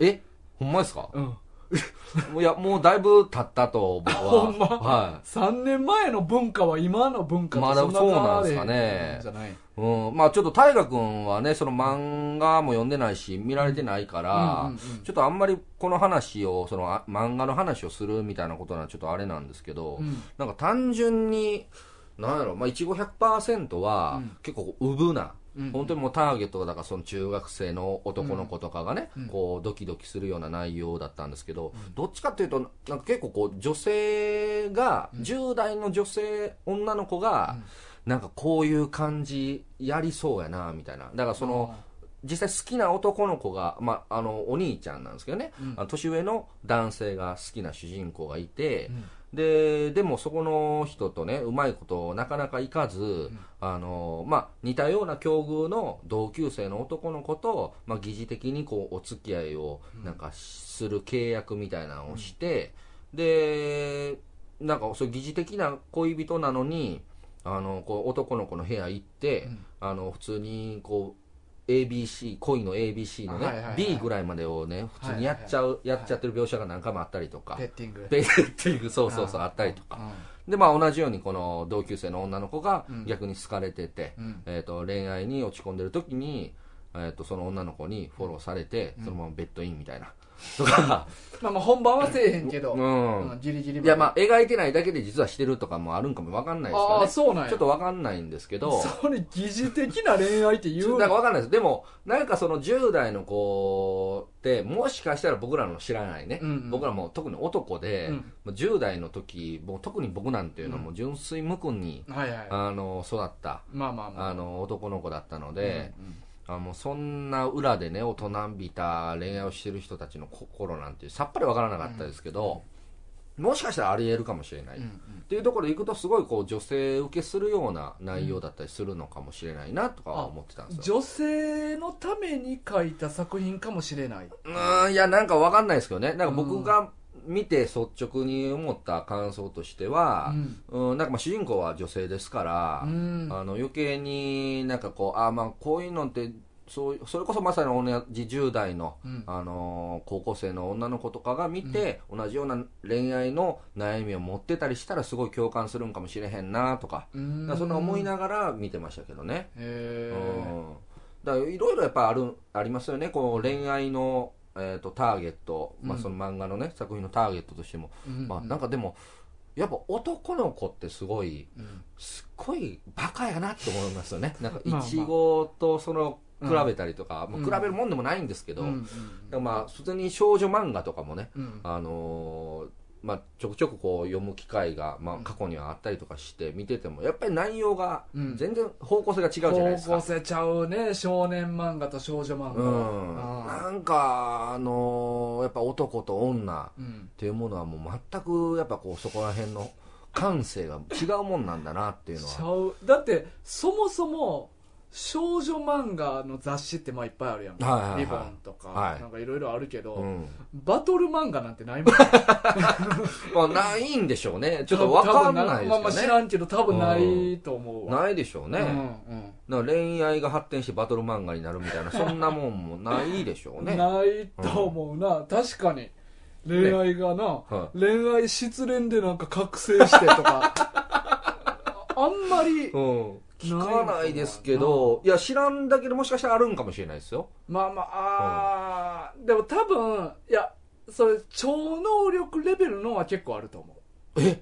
えほんまですか
うん
いやもうだいぶ経ったと僕 は
ほんま
は
3年前の文化は今の文化と
まだ
そんな
そうなんすかね
変わらへんじゃない
いうん、まあちょっと大河君はねその漫画も読んでないし見られてないから、
うんうんうん
ちょっとあんまりこの話をそのあ漫画の話をするみたいなことはちょっとあれなんですけど、
うん
なんか単純になんやろまあいちご100%は
うん
結構うぶな、
うん
本当にもうターゲットがだからその中学生の男の子とかがね、
うん
こうドキドキするような内容だったんですけど、どっちかっていうとなんか結構こう女性が、10代の女性女の子が、なんかこういう感じやりそうやなみたいなだからその、実際好きな男の子が、まあ、あのお兄ちゃんなんですけどね、
うん
あの年上の男性が好きな主人公がいて、
うん
ででもそこの人とねうまいことなかなかいかず、あのまあ、似たような境遇の同級生の男の子と、まあ、疑似的にこうお付き合いをなんかする契約みたいなのをして、でなんかそういう疑似的な恋人なのにあのこう男の子の部屋行って、
うん
あの普通にこう ABC 恋の ABC のね、
はいはいはい
B ぐらいまでをね普通にやっちゃう、やっちゃってる描写が何回もあったりとか、
ペッティング
ペイティングそうそうそうあったりとかでまあ同じようにこの同級生の女の子が
うん
逆に好かれてて、
うん
えー、と恋愛に落ち込んでる時に、えー、とその女の子にフォローされて、そのままベッドインみたいなとか、
まあまあ本番はせえへんけど、
う。
うんんギリギリま
い
で
や、まあ、描いてないだけで実はしてるとかもあるんかもわかんないです
ああ
か
そうなん
ら
や
ね。ちょっとわかんないんですけど、
それ疑似的な恋愛って言う
なんか
の
わかんないです。でも、なんかその10代の子って、もしかしたら僕らの知らないね。
うんうん
僕らもう特に男で、
うん
もう10代の時、もう特に僕なんていうのはもう純粋無垢に、
はいはい
あの、育った、
まあまあまあ
あの、男の子だったので、あもうそんな裏でね、大人びた恋愛をしてる人たちの心なんてさっぱりわからなかったですけど、もしかしたらあり得るかもしれない。
うんう
っ
ん
ていうところでいくと、すごいこう女性受けするような内容だったりするのかもしれないなとかは思ってたんですよ。
女性のために書いた作品かもしれないう
ーん、いや、なんかわかんないですけどね。なんか僕が見て率直に思った感想としては、うん、なんかまあ主人公は女性ですから、
うん
あの余計になんかこう、あーまあこういうのって、そういうそれこそまさに同じ10代の、
うん
あのー高校生の女の子とかが見て、同じような恋愛の悩みを持ってたりしたらすごい共感するんかもしれへんなとか、
うん
だからそんな思いながら見てましたけどね。
へえ
うんだからいろいろやっぱあるありますよねこう恋愛の、えー、とターゲット、まあ、
うん
その漫画のね、作品のターゲットとしても、
うん
まあ、なんかでもやっぱ男の子ってすごい
うん
すっごいバカやなって思いますよねなんか
まあま
い
あ
ちごとその比べたりとか、
うん
まあ、比べるもんでもないんですけど、
うんうん
だからまあ普通に少女漫画とかもね、
うん
あのーまあ、ちょくちょくこう読む機会が、まあ
うん、
過去にはあったりとかして見ててもやっぱり内容が
うん
全然方向性が違うじゃないですか、
高校生ちゃうね少年漫画と少女漫
う
画
ん、
あ
なんか、あのーやっぱ男と女っ
ーうん
ていうものはもう全くやっぱこうそこら辺の感性が違うもんなんだなっていうの
ち
は
ゃうだってそもそも少女漫画の雑誌ってまあいっぱいあるやん
はいはいはい
リボンとか
はい
なんかいろいろあるけ
う
ど
ん
バトル漫画なんてないもん
まあ、ないんでしょうねちょっとわかんない
まあまあ
です
知
よね
らんけど多分ないと思うわ
ないでしょうね、
うんうん
だから恋愛が発展してバトル漫画になるみたいなそんなもんもないでしょうね
ないと思うな、確かに恋愛がな、
は
恋愛失恋でなんか覚醒してと かああんまり
うん、聞かないですけどいや知らんだけでもしかしたらあるんかもしれないですよ
まあまああーでも多分いやそれ超能力レベルのは結構あると思う
え、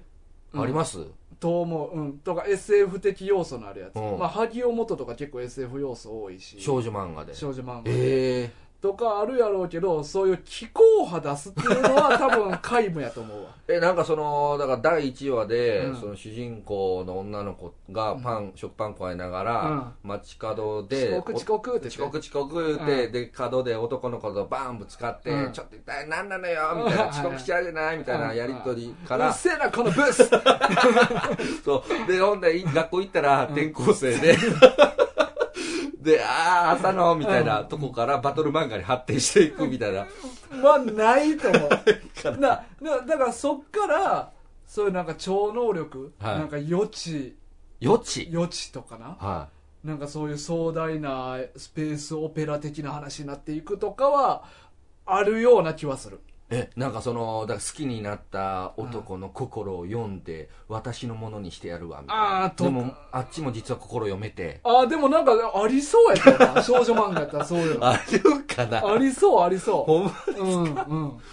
うん
あります
と思ううんとか SF 的要素のあるやつ、
うん
まあ萩尾元とか結構 SF 要素多いし
少女漫画で
少女漫画
ええ
とかあるやろうけどそういう気候派出すっていうのは多分皆無やと思うわ
えなんかそのだから第1話で、
うん
その主人公の女の子がパン、食パン食わいながら、
うん
街角 で
遅刻遅刻って言って
遅刻遅刻って、
う
で角で男の子とバーンぶつかって、
うん
ちょっと一体何なのよみたいな、
うん
遅刻しちゃうじゃないみたいなやり取りか
う
ら、
っせえなこのブー ス
そうでほんでい学校行ったら転校 生で、でああ朝のみたいなとこからバトル漫画に発展していくみたいな、
まあないと思うななだからそっからそういうなんか超能力、
はい
なんか余地
余地
余地とかな
は
なんかそういう壮大なスペースオペラ的な話になっていくとかはあるような気はする
いえなんかそのだから好きになった男の心を読んで、私のものにしてやるわみたい
あ
な
ーと
でもあっちも実は心読めて
ああでもなんかありそうやったな少女漫画やったらそういうのあ
あるかな
りそうありそう
ほんま
うんうん、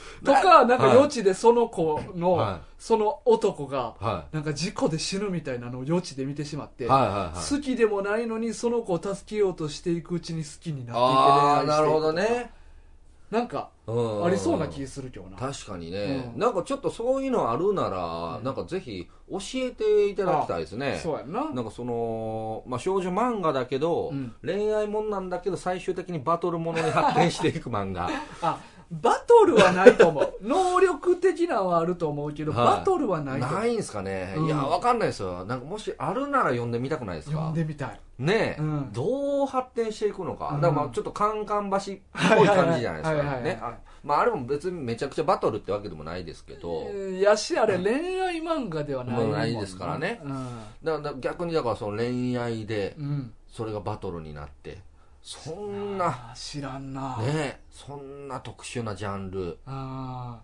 とか、なんか
はい
余地でその子の、
はい
その男が、
は
なんか事故で死ぬみたいなのを余地で見てしまって、
いはいはいはい
好きでもないのにその子を助けようとしていくうちに好きになっていって
ああ
恋愛していく
なるほどね、
なんか
うん、
ありそうな気するけどな
確かにね、
うん
なんかちょっとそういうのあるなら、なんかぜひ教えていただきたいですね
そうやんな
なんかその、まあ、少女漫画だけど、
うん
恋愛もんなんだけど最終的にバトルものに発展していく漫画
あバトルはないと思 う能力的なのはあると思うけど、
はい
バトルはないと思う
ないんすかね、
うん
いやわかんないですよなんかもしあるなら読んでみたくないです
読
か
んでみたい
ねえ、
うん
どう発展していくのか、
うん
だからまあちょっとカンカン橋っぽい感じじゃないですか、ね
はいはいはいはいはいはい
あまあ、あれも別にめちゃくちゃバトルってわけでもないですけど、
うんやしあれ恋愛漫画ではないもん
もうないですからね
うん
だからだから逆にだからその恋愛で
うん、
それがバトルになってそんな
あー知らんな、
ねえそんな特殊なジャンル
あ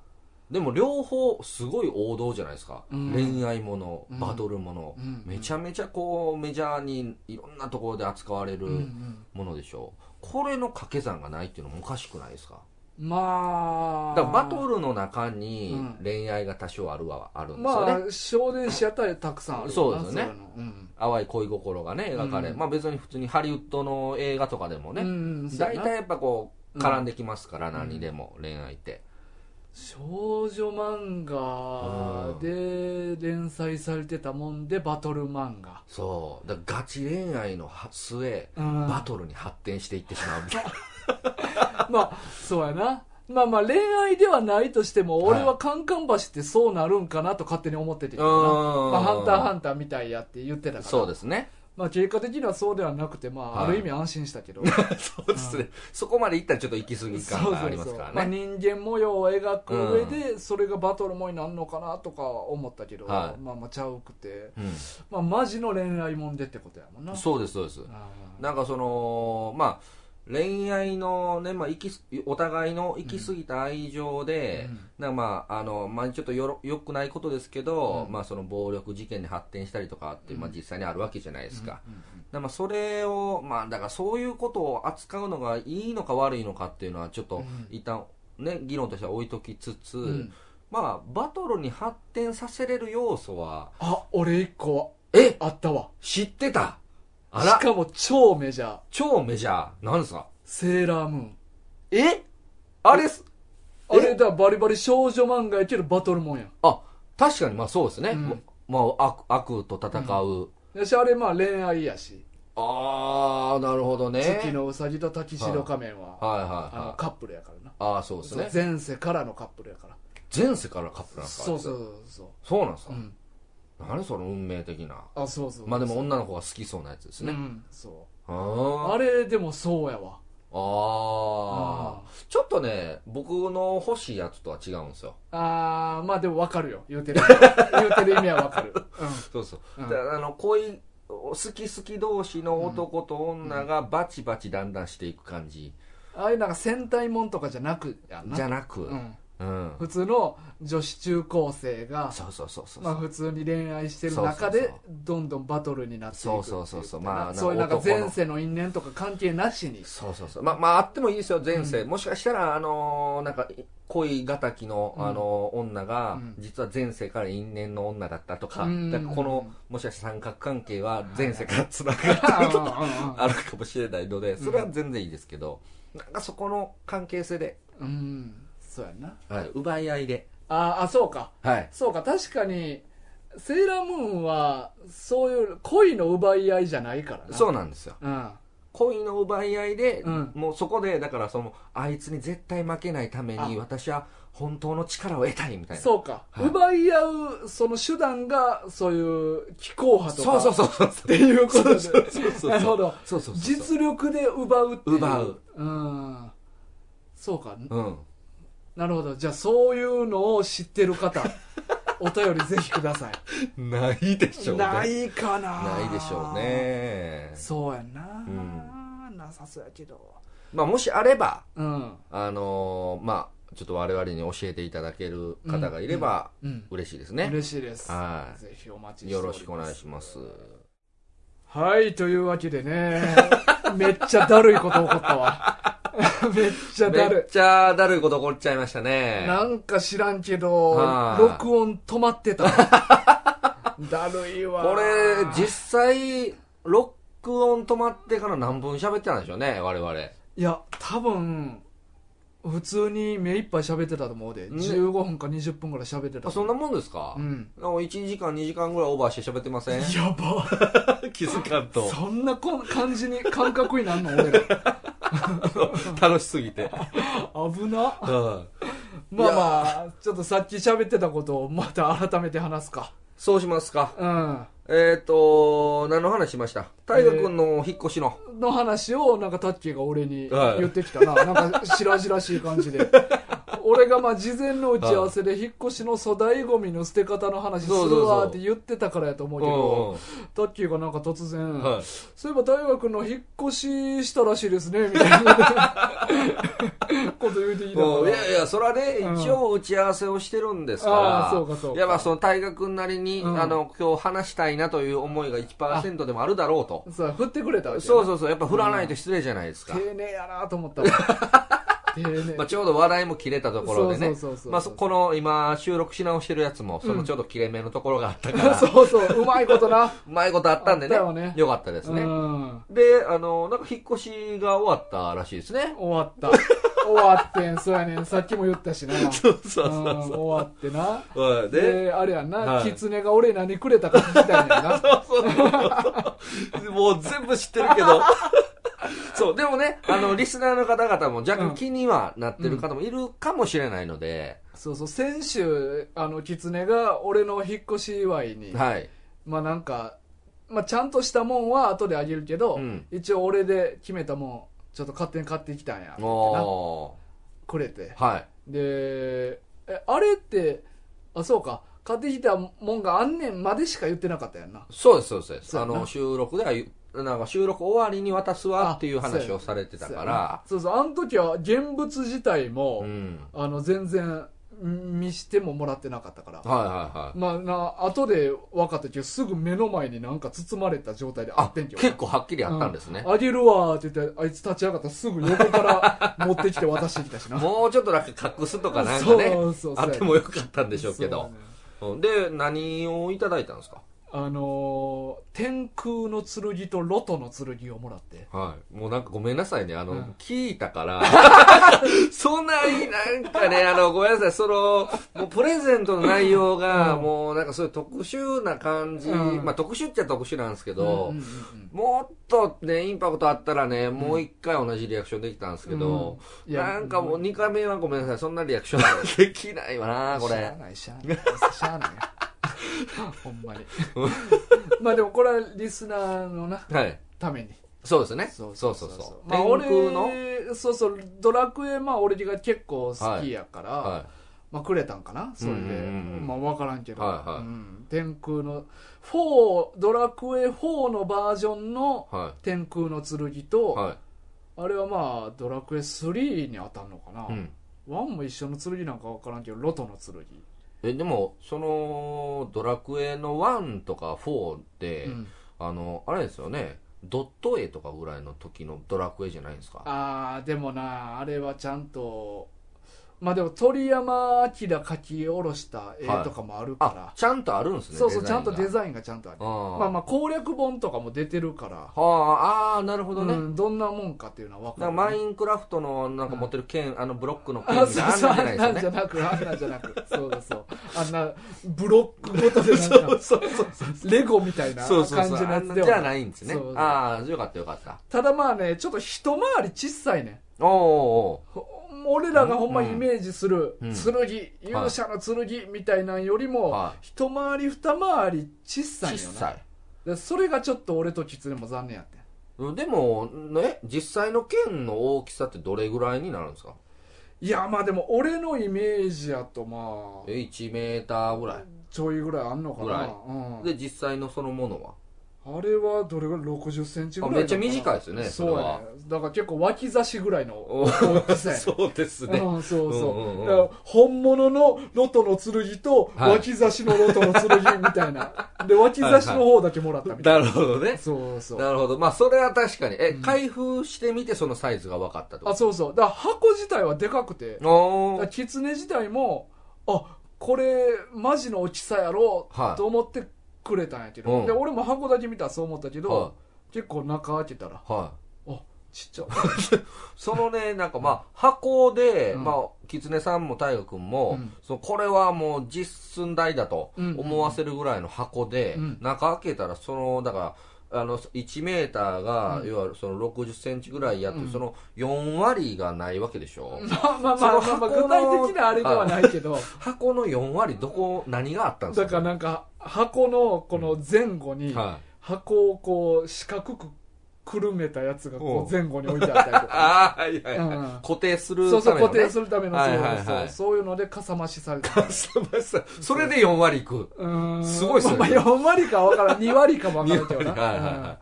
でも両方すごい王道じゃないですか、
うん
恋愛もの
うん
バトルもの、
うん
めちゃめちゃこうメジャーにいろんなところで扱わ
あ、
れ
うんう
る
ん
ものでしょう、これの掛け算がないっていうのもおかしくないですか
まあ
だからバトルの中に
うん
恋愛が多少あるはあるんですよね、
まあ少年誌やったらたくさんある
そうですよね
そういうのうん
淡い恋心がね描かれ、
うん
まあ別に普通にハリウッドの映画とかでもね、
うんそう
大
やな
体やっぱこう絡んできますから、
ん
何にでも恋愛って
少女漫画で連載されてたもんでバトル漫画
そうだからガチ恋愛の末
うん
バトルに発展していってしまうみたい な
まあそうやなまあまあ恋愛ではないとしても
はい
俺はカンカン橋ってそうなるんかなと勝手に思っててたな
うん
まあ、ハンターハンターみたいやって言ってたから
そうです ね
まあ結果的にはそうではなくてまあ、
はい
ある意味安心したけど
そうですね、そこまでいったらちょっと行き過ぎ感がありますからね
まあ、人間模様を描く上でそれがバトルもになるのかなとか思ったけど、
はい
まあまあちゃうくて
うん
まあマジの恋愛もんでってことやもんな
そうですそうです
あー
なんかそのまあ恋愛のね、まあ、行きすお互いの行き過ぎた愛情で、
うん
なんかまああの、まあ、ちょっとよろよくないことですけど、
うん
まあ、その暴力事件に発展したりとかって、まあ、
うん
実際にあるわけじゃないですか、
うんうん
だからまあそれを、まあ、だからそういうことを扱うのがいいのか悪いのかっていうのはちょっ
う
と
ん
一旦ね議論としては置いときつつ、
うん
まあバトルに発展させれる要素は
あ俺一個
え
あったわ
知ってたあ
し
ら
かも超メジャー
超メジャーなんですか
セーラームーン
えあれす
あれだバリバリ少女漫画やけどバトルもんや
あ確かにまあそうですね、
うん
まあ悪悪と戦う、
やしあれまあ恋愛やし
ああなるほどね
月のうさぎとタキシード仮面は、
はいはい
あの
はい
カップルやからな
ああそうですね
そう前世からのカップルやから
前世からカップなんですか
そうそう
あ
そ
いつ
うそ
そうなんです
う、
か、
うん、
何その運命的な
あそうそう
まあでも
そう
女の子が好きそうなやつです
う
ね、
んそう
あ
あ
あ
れでもそうやわ
ああちょっとね僕の欲しいやつとは違うんですよ
あーまあでも分かるよ言うてる 言うてる意味は分かる、う
そうそう、
うん
だからあの恋好き好き同士の男と女がバチバチだんだんしていく感じ
ん、ああいうなんか戦隊もんとかじゃなくやんな
じゃなく、
うん、
うん
普通の女子中高生が、
そうそうそうそう、
まあ、普通に恋愛してる中で
そうそう
どんどんバトルになっていくってい
そうそうそうそう
ことやな
まあ
そういうなんか
男の
前世の因縁とか関係なしに
そうそうそうまあまああってもいいですよ前世、もしかしたらあのーなんか恋敵の、
うん
あのー女が、
うん
実は前世から因縁の女だったとか,、
うん
だからこのもしかしたら三角関係は前世からつながってるとか
あ
あるかもしれないのでそれは全然いいですけど、なんかそこの関係性で、
うんうんそうやんな
はい、奪い合いで
ああそうか
はい
そうか確かにセーラームーンはそういう恋の奪い合いじゃないからな、
そううなんですよ
うん、
恋の奪い合いで、
うん
もうそこでだからそのあいつに絶対負けないために
あ
私は本当の力を得たいみたいな
そうか、
はい
奪い合うその手段がそういう気候派とか
そうそう
っ
そうそう
ていうことで
そうそうそうそう
なるほど
そうそうそうそう
実力で奪うっていう
奪う、
うん、そうか
うん
なるほどじゃあそういうのを知ってる 方お便りぜひください
ないでしょうね
ないかな
ないでしょうね
そうやな、なさそうやけど
まあもしあれば
うん
あのーまあちょっと我々に教えていただける方がいれば
うん
嬉しいですね、
嬉しいです
は
ぜひお待ちして
い
おり
よろ
ます
しくお願いします
はいというわけでね めっちゃだるいこと起こったわ めっちゃ
め
だる
っちゃだるいこと起こっちゃいました
い
ね
なんか知らんけど
はい
録音止まってたわ だるいわ
これ実際ロックオン止まってから何分喋ってたんでしょうね我々
いや多分普通に目いっぱい喋ってたと思うで、
ね
15分か20分ぐらい喋ってた
あそんなもんですか、
うん
なんか1時間2時間ぐらいオーバーして喋ってません
やば
気づかんと
そんなこん感じに感覚になんの俺ら
楽しすぎて、
危な
うん、
まあまあちょっとさっき喋ってたことをまた改めて話すか
そうしますか
うん
えっ、ー、と何の話しました大河君のお引っ越しの、
の話をなんかタッキーが俺に
はい
言ってきたな、なんか白々しい感じ で俺がまあ事前の打ち合わせで引っ越しの粗大ゴミの捨て方の話す
そうそう
る
そう
わって言ってたからやと思うけど
う
タッキーがなんか突然、
んはい
そういえば大学の引っ越ししたらしいですねみたい なこと言うていいだ
うんい
か
やいやそれはね、
うん
一応打ち合わせをしてるんですから
あーそうかそうか
いやまあその大河君なりに、
うん
あの今日話したいなという思いが1%でもあるだろうと
らさ振ってくれたわけやな
そうそうそうやっぱ振らないと失礼じゃないですか、
丁寧やなと思ったわ丁寧
まあ、ちょうど笑いも切れたところでね
そうそうそうそう
まあ、そこの今収録し直してるやつもそのちょうど切れ目のところがあったから、う
そうそううまいことな
まいことあったんでね
あったよね
かったですね、
うん
であのなんか引っ越しが終わったらしいですね
終わった 終わってんそうやねんさっきも言ったしな
そうそう
うん
そうそう
終わってな
はいで、
であれやんな、
はい
狐が俺何くれたか聞きたいねんな
そうそうそうもう全部知ってるけど そうでもねあのリスナーの方々も若干気にはなってる方もいるかもしれないので、
そうそう先週あの狐が俺の引っ越し祝いに、
はい
まあなんか、まあ、ちゃんとしたもんは後であげるけど、
うん
一応俺で決めたもんちょっと勝手に買ってきたんやってな
お
くれて
ーはい
でえあれってあそうか買ってきたもんがあんねんまでしか言ってなかったやんな
そうです、そうですそうです。
そう
あ
やな
の、収録では言う、なんか収録終わりに渡すわっていう
あそう
話
や
をされてたから、
そうそうあの時は現物自体も
う、ん。
あの全然ん見してももらってなかったから
はいはいはい。
まあな後で分かったけどすぐ目の前になんか包まれた状態であ
あ、
ってんけど
結構はっきりあったんですね。
あげるわーって言ってあいつ立ち上がったらすぐ横から持ってきて渡してきたしな
もうちょっとなんか隠すとかなんかね
そ、うそうそう
あってもよかったんでしょうけ
そ
ど
ね。
うんで、何をいただいたんですか
あのー天空の剣とロトの剣をもらって
はい。もうなんかごめんなさいね。あの、
うん
聞いたから、 そんなになんかね、あの、ごめんなさい。その、もうプレゼントの内容が、
うん
もうなんかそういう特殊な感じ、
うん
まあ特殊っちゃ特殊なんですけど、
うんうんうん
もっとね、インパクトあったらね、もう一回同じリアクションできたんですけど、
うんいや
なんかもう二回目はごめんなさい、そんなリアクショ ンできないわな、こ
しゃあ
れ。
ないしゃあないしゃあないほん まにまあでもこれはリスナーのな
はい。
ために
そうですね。そうそうそう。
まあ
天
俺
空の、
そうそうドラクエまあ俺が結構好きやから、
は
まあくれたんかなそれで、
うんうんうん
まあ分からんけど、
はいはい
うん天空の4ドラクエ4のバージョンの
い。は
天空の剣と、
い。は
あれはまあドラクエ3に当たるのかな、
い。うん。
1も一緒の剣なんか分からんけどロトの剣、
え、でも、その、ドラクエの1とか4って、
うん
あの、あれですよね、ドット絵とかぐらいの時のドラクエじゃないんですか。
ああでもなあれはちゃんとまあでも鳥山明描き下ろした絵とかもあるから、
あ、ちゃんとあるんですね。
そうそうちゃんとデ
イン
ザインがちゃんとある
が。あー
まあまあ攻略本とかも出てるから
はあ、あーなるほどね。
うん、どんなもんかっていうのは分か
なん
る
かマインクラフトのなんか持ってる剣、あのブロックの剣
あ、そう
あん
そう、
なん
あ
じゃない
ん
で
なん
すよね
じ。ゃなく、あんなんじゃなく、そうそうそう、あんなブロックごとでなんか、
そうそう
レゴみたいな
そ
感
う
じ
そうそ
の
う。あ
や
ん
つ
な
で
んじゃ
はない。
ないんですね
そうそう。
ああ、よかったよかった。
ただまあね、ちょっと一回り小さいね。
おーお
ほ俺らがほんまイメージする
うん
剣、
うん
勇者の剣みたいなんより
ーおー
も、
は
一回り二回り小
い。
さい
小
よな
さい。
でそれがちょっと俺とキツネも残念やってん
でも、ね、実際の剣の大きさってどれぐらいになるんですか
いやまあでも俺のイメージやとま
え
あ
?1 メーターぐらい。
ちょいぐらいあんのか
ぐら
な、
い
うん、
で、実際のそのものは。
あれはどれぐらい60センチぐらい
あめっちゃ短いですよね
そうやねだから結構脇差しぐらいの
お
大きさやね
そうですね。
うん、そうそう,、
うんうんう
だ
ん
から本物のロトの剣と
はい
脇差しのロトの剣みたい な、で脇差しの方だけもらったみたいな、
なるほどね。
そうそう
なるほど。まあ、それは確かに。え
う、ん
開封してみてそのサイズが分かったと
あそうそうだから箱自体はでかくてだ
お
から
ー
キツネ自体もあこれマジの大きさやろ
はい
と思ってくれたんやけど、
うん
で俺も箱だけ見たらそう思ったけど、
は
結構中開けたら
い。はい。
あちっちゃ
そのね、なんかまあ、箱で、
うん
まあ、狐さんも大河君も、
うん
そのこれはもう実寸大だと
うん
思わせるぐらいの箱で、
うん
中開けたら、その、だから、あの、1メーターが、
うん
いわゆるその60センチぐらいやって、
うん
その4割がないわけでしょ。
まあまあまあまあ、まあ、
その
具
箱の
体的なあれではないけど、
箱の4割、どこ、何があったんです
だ
か
からなんか箱のこの前後に
はい。
箱をこう四角くくるめたやつが
お
こう
う
前後に置いてあったりとか、
ああ、はいはいはい、
うん
固定する
そうそ
た
う
めの、
固
ね。
定するためのそう,、
はいはいはい
そうそういうのでかさ増しされてる
それで4割いく。
うーん
すごいっすね
まあ、4割か分からん2割かも分からんけどな
はいはいはい。
うん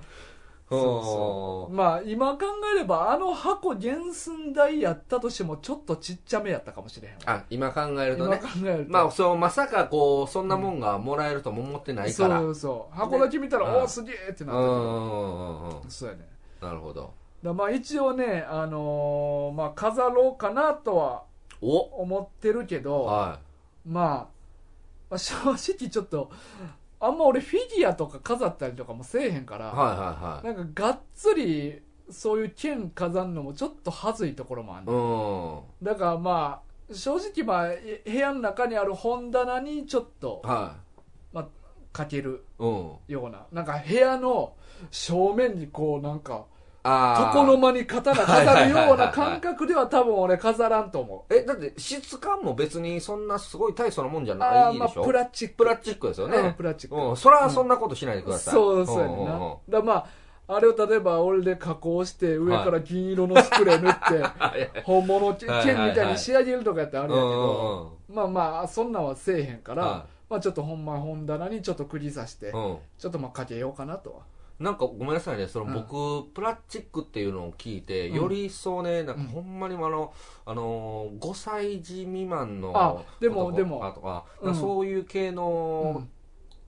そうそうまあ今考えればあの箱原寸大やったとしてもちょっとちっちゃめやったかもしれへんわ
あ、今考えると
今
ね
考。えると
まあ、そう、まさかこう、そんなもんがもらえるとも思ってないから。う
そ
ん
うそう箱だけ見たら
うん
おおすげえって
う
なったけど
んうんうん。
そうやね
なるほど。
だまあ一応ね、あのーまあ飾ろうかなとは
お
思ってるけど、
は
まあ、まあ正直ちょっと、あんま俺フィギュアとか飾ったりとかもせえへんか
い
ら、
はいはいはい
なんかがっつりそういう剣飾るのもちょっと恥ずいところもある、
うん
だからまあ、正直まあ、え部屋の中にある本棚にちょっと
は
かける
いうん
ような、なんか部屋の正面にこうなんか、
ああ
床の間に刀飾るよう
はいはいはいはい
な
はい
感覚では多分俺飾らんと思
えだって質感も別にそんなすごい大層なもんじゃ
う。
な
ああ
い
ー、
で
ま
し
あ
ょ
プラスチック。
プラスチックですよ
うん
ね
プラスチック。
うんそらそんなことしないでください
そうそうやねんな。
んんん
だからまあ、あれを例えば俺で加工して上から銀色のスプレー塗って、
あいや
本物剣
はい
みたいに仕上げるとかやってあるんやけ
うんうん
ど、まあまあ、そんなんはせえへんから、
は
まあちょっとほんま本棚にちょっと釘刺して、
うん
ちょっとまあかけようかなとは。
なんかごめんなさいね、その僕、プラスチックっていうのを聞いて、
うん
より一層ね、なんか
うん
ほんまにあの、あのー、5歳児未満の
あでも
男
でも
あとか、
うん
そういう系
う
の
ん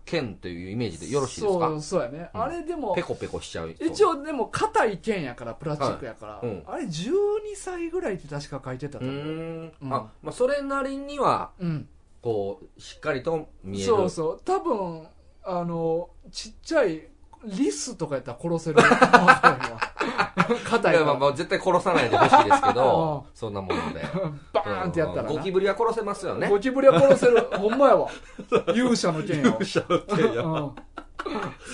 剣というイメージでよろしいですか、
そう、そうやね。
うん
あれでも
ペ、コペコしちゃう人。
一応でも硬い剣やから、プラスチックやから、
はいうん
あれ12歳ぐらいって確か書いてた
う
と
ー
思う。
ん、
うん
あ、まあ、それなりには、
うん。
こう、しっかりと見える。
そうそう多分あのちっちゃいリスとかやったら殺せる 硬い
い
か
やまあ
ら
まあ、絶対殺さないでほしいですけど
う、
そんなもので。
バーンってやったら
うんゴ
な
キブリは殺せますよね。
ゴキブリは殺せるほんま やわ勇者の剣よ
しちゃうけど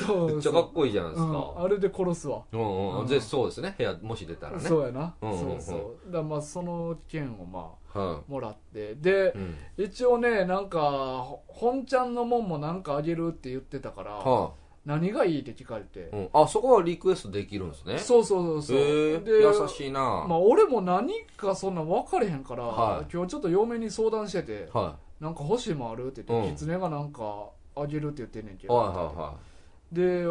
そうそ
め
う
っちゃかっこいいじゃないですか。
うんあれで殺すわ
うんうん、
うん
でそうですね部屋もし出たらね
そうやな、
うんうんうん
そうそうだからまあその剣をまあ
は
もらってで
い、うん
一応ねなんかほ本ちゃんのもんもなんかあげるって言ってたから、
は
何がいいって聞かれて
い、うん、あそこはリクエストできるんですね
そうそうそうそう、
へー
で
優しいな、
まあ、俺も何かそんな分かれへんから、
はい
今日ちょっと嫁に相談してて
は
「なんか欲しいもんある?」って言って「
うん
キツネがなんかあげる」って言ってんねんけ
い
ど、
はいはいはい
で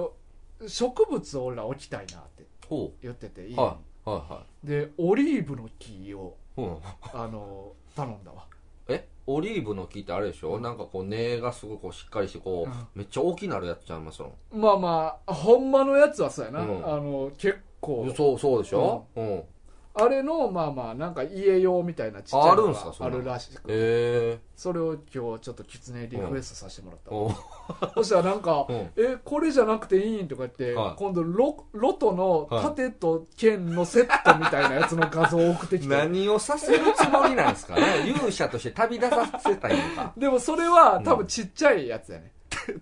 植物を俺ら置きたいなって
ほ
言ってていいうのに、
はいはいはい
でオリーブの木を
ほう
あの頼んだわ
えオリーブの木ってあれでしょ、なんかこう根がすごいこうしっかりしてこ
う
う、
ん
めっちゃ大きなるやつちゃいますの
まあまあほんまのやつはそうやな、
うん
あの結構
そうそうでしょ、うん
あれのまあまあなんか家用みたいなちっちゃいの
ああるんすか
が
そん
あ
なの
るらしく
え
それを今日ちょっとキツネリクエストさせてもらっ
え
た
ー、
わ、そ
お
したらなんか
うん
えこれじゃなくていいんとか言って、
はい
今度ロロトの盾と剣のセットみたいなやつの画像を送ってきて、
何をさせるつもりなんですかね 勇者として旅立たせたいのか
でもそれは
ん
多分ちっちゃいやつやね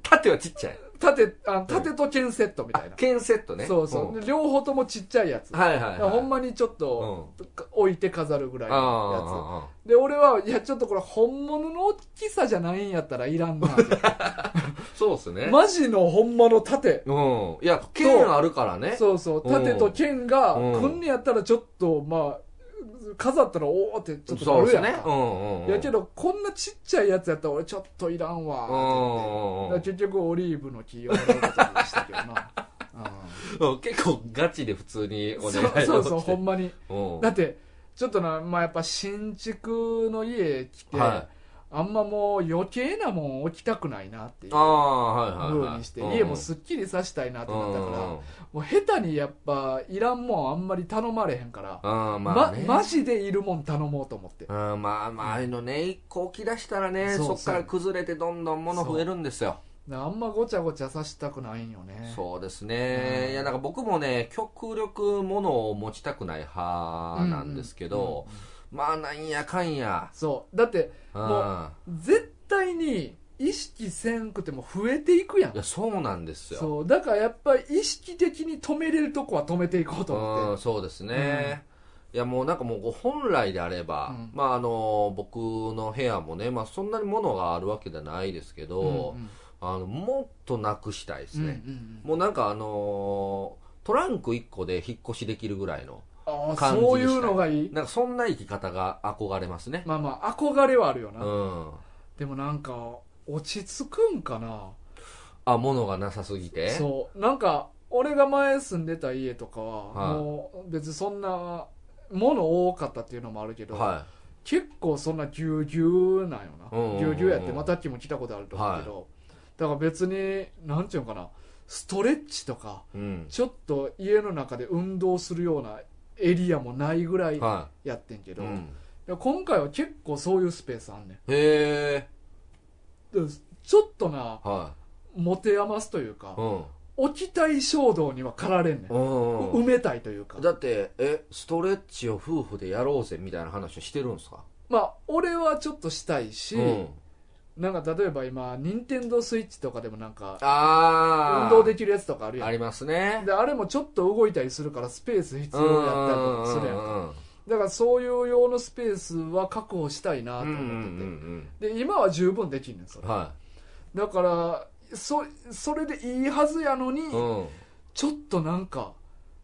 盾はちっちゃい
盾あ盾と剣セットみたいな、
剣セットね
そうそう、
ん
で両方ともちっちゃいやつ、
はいはい、
だ
は
から
い、
ほんまにちょっと、置いて飾るぐらいのや
あ
つで俺はいやちょっとこれ本物の大きさじゃないんやったらいらんなっ て
あそうですね、
マジの本物の盾
うんいや剣あるからね
そうそう盾と剣が
うん
こんねやったらちょっとまあ飾ったらおおってちょっと
そ
な
う
る
です
やん
ねう
か
んうん
やけ
ど
どこんなちっちゃいやつやったら俺ちょっといらんわーって言ってだから結局オリーブの木をもらうことにしたけどな
結構ガチで普通に
うん
お願
そうそ
いを
うそう
して
ほんまに
うん
だってちょっとなまあやっぱ新築の家来て
は
あ
い
んまもう余計なもん置きたくないなっていう
ああはいはい
ふ
は
う
い
にして家もすっきりさせたいなってなったから
うん
もう下手にやっぱいらんもんあんまり頼まれへんから
ああま
ま
あね、
マジでいるもん頼もうと思って
うん、まあまあああいうのね一個起き出したらね
そう
そ
そう
っから崩れてどんどん物増えるんですよ
なあんまごちゃごちゃさしたくないんよね
そうですね、
うん
いやなんか僕もね極力物を持ちたくない派なんですけど、まあなんやかんや
そうだって
うん
もう絶対に意識せんくても増えていくやん
いやそうなんですよ
そうだからやっぱり意識的に止めれるとこは止めていこうと
う
思っ
ん、そうですね、いやもうなんかもうこう本来であれば、
うん
まああの僕の部屋もね、まあ、そんなに物があるわけじゃないですけ
て
ど、
うんうん
あのもっとなくしたいですね、
うんうんうん
もうなんかあのトランク1個で引っ越しできるぐらいの
ああ
感じでした
そういうのがいい
なんかそんな生き方が憧れますね
まあまあ憧れはあるよ
う
な、
ん
でもなんか落ち着くんかな
あ物がなさすぎて
そうなんか俺が前住んでた家とかは、
はい
もう別にそんなもの多かったっていうのもあるけど、
は
結構そんなぎゅうぎゅうなんよ
うんうん
な
うん
ぎゅうぎゅうやってまあさっきも来たことあると思うけど、だから別になんていうのかなストレッチとか
うん
ちょっと家の中で運動するようなエリアもないぐらい
は
やってんけ
い、
ど、
うん、
いや今回は結構そういうスペースあんね
へえ
んでちょっとな
は
持て余すというか
い、うん
起きたい衝動には駆られんねん
うんうん
埋めたいというか
だってえストレッチを夫婦でやろうぜみたいな話をしてるんですか
まあ俺はちょっとしたいし、
うん、
なんか例えば今任天堂スイッチとかでもなんか
あ
運
あ
動できるやつとかあるや
あ
ん
りますね
であれもちょっと動いたりするからスペース必要やったりとかするやん
うんうんうん
だからそういう用のスペースは確保したいなと
うんうん
思ってて、
うん
で今は十分できんねんそれ
うんは
だからそそれでいいはずやのに、
い、うん、はい
ちょっとなんか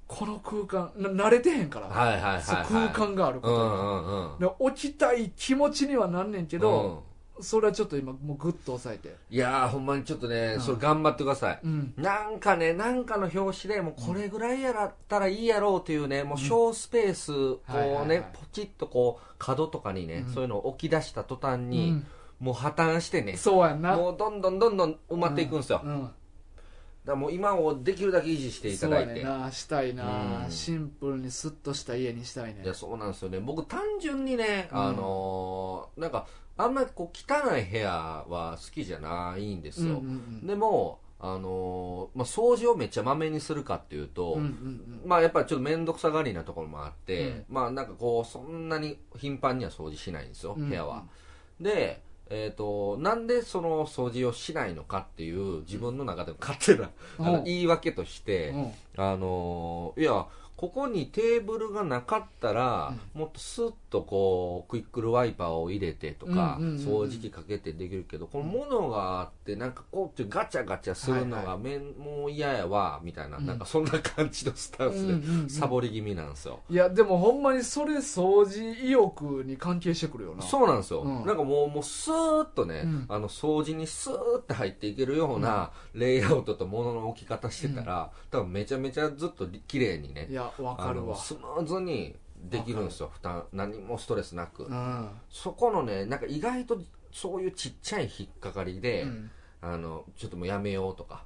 この空間な慣れてへんから、
はいはい、はい、
そう空間があるこ
うん
とに、
うんうん
で起きたい気持ちにはなんねんけど、
うん
それはちょっと今もうグッと抑えて
いやーほんまにちょっとね、
うん
それ頑張ってください
うん
なんかねなんかの表紙でもうこれぐらいやらったらいいやろうというねもう小スペースこうね、
はいはいはい
ポチッとこう角とかにね、
うん
そういうのを置き出した途端
う
に、
ん、
もう破綻してね
そうやんな
もうどんどんどんどん埋まっていくんですよ、
う
だか
ん、
らもう今をできるだけ維持していただい
そう
て
やねんなしたいな、
うん
シンプルにスッとした家にしたいね
いやそうなんですよね僕単純にね、
うん
あのーなんかあんまりこう汚い部屋は好きじゃないんです
うんうん
よ、
うん
でも、あのーまあ、掃除をめっちゃまめにするかっていうと、
うんうん
まあやっぱりちょっと面倒くさがりなところもあって、
うん
まあなんかこうそんなに頻繁には掃除しないんですよ、
うん
部屋はでえっとなんでその掃除をしないのかっていう自分の中での勝手な、
うん
あ
う
の
ん
言い訳として、
うん
あのーいやここにテーブルがなかったら、もっとスッとこうクイックルワイパーを入れてとか、
うんうんうんうん
掃除機かけてできるけどこの物があってなんかこうってガチャガチャするの
はいは
がめん、もう嫌やわみたいな、なんかそんな感じのスタンスで、
うんうんうん
サボり気味なんですよ。
いやでもほんまにそれ掃除意欲に関係してくるよな
そうなんですよ、
うん
なんかもうもうスーッとね、
うん
あの掃除にスーッて入っていけるようなレイアウトと物の置き方してたら、多分めちゃめちゃずっと綺麗にね
いやわかる
あの
わ
スムーズにできるんですよ負担何もストレスなく、
うん
そこのねなんか意外とそういうちっちゃい引っかかりで、
うん
あのちょっともうやめようとか、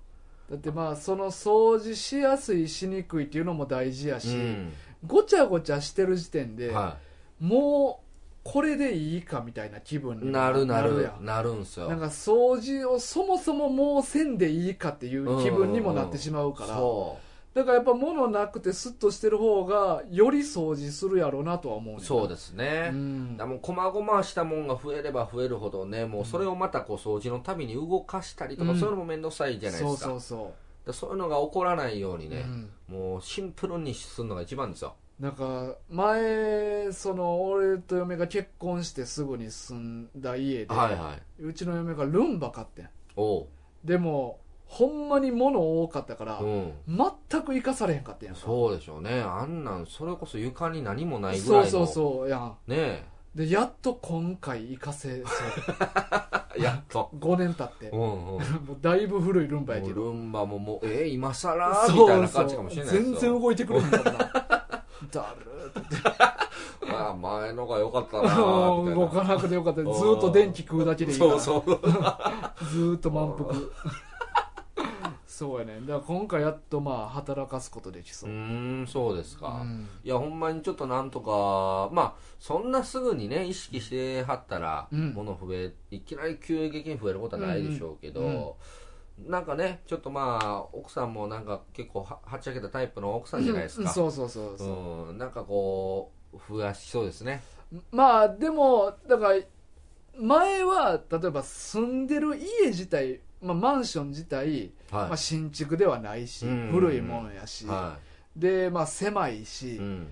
だってまあその掃除しやすいしにくいっていうのも大事や
う
し、
ん
ごちゃごちゃしてる時点で、
は
もうこれでいいかみたいな気分
い、
に
なるなるなる
やん
んすよ
なんか掃除をそもそももうせんでいいかっていう気分にもなってしまうから、
そ
だからやっぱ物なくてスッとしてる方がより掃除するやろうなとは思うねん
う
な
そうですね、
うん
だからもう細々したもんが増えれば増えるほどねもうそれをまたこう掃除のために動かしたりとか、
うん
そういうのも面倒くさいじゃないですか
そうそうそ
だからそういうのが起こらないように
う、
ね
う、ん
もうシンプルにするのが一番ですよ
なんか前その俺と嫁が結婚してすぐに住んだ家で、
はいはいう
ちの嫁がルンバ買ってん
おう
でもほんまに物多かったから、
うん
全く生かされへんかったやんか
そうでしょうねあんなんそれこそ床に何もないぐらい
そ
の
うそうそうやん
ね
でやっと今回生かせそう
えやっと
5年経って
うんうん
もうだいぶ古いルンバや
も
け
う
ど
ルンバももうえー、今更み
そう
たいな
そ
感じかも
う
しれないですよ
全然動いてくれへ んかったなだるーって
まあ前のが良かったな ーみたいな
動かなくてよかったずーっと電気食うだけでいいから
そうそう
ずーっと満腹 そうやねだから今回やっとまあ働かすことでき
う
そう、
ーんそうです
う
か、
ん
いやほんまにちょっとなんとかまあそんなすぐにね意識してはったら、
うん
物増えいきなり急激に増えることはないでしょうけど、
うんうん
なんかねちょっとまあ奥さんもなんか結構ははっちゃけたタイプの奥さんじゃないですか、
うんそうそうそうそう、
うん、なんかこう増やしそうですね
まあでもだから前は例えば住んでる家自体、まあ、マンション自体、
はい、
まあ、新築ではないし、
うん
古いものやし、
は
でまあ狭いし、
い、うん、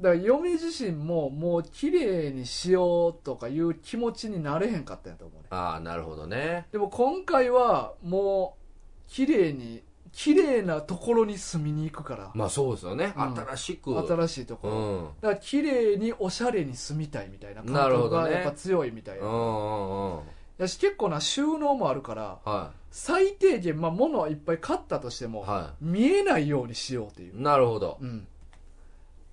だから嫁自身ももう綺麗にしようとかいう気持ちになれへんかったんやと思うね
ああなるほどね
でも今回はもう綺麗に綺麗なところに住みに行くから、
まあそうですよね、
うん
新しく
新しいとこ
う
ろ、
んうん
だから綺麗におしゃれに住みたいみたいな感
なるほ
覚
ど
が
ね
やっぱ強いみたい
うん
な
うんうん
やし結構な収納もあるから
は
最低限、まあ、物はいっぱい買ったとして
い
も、
は
見えないようにしようっていう、
いなるほど
うん、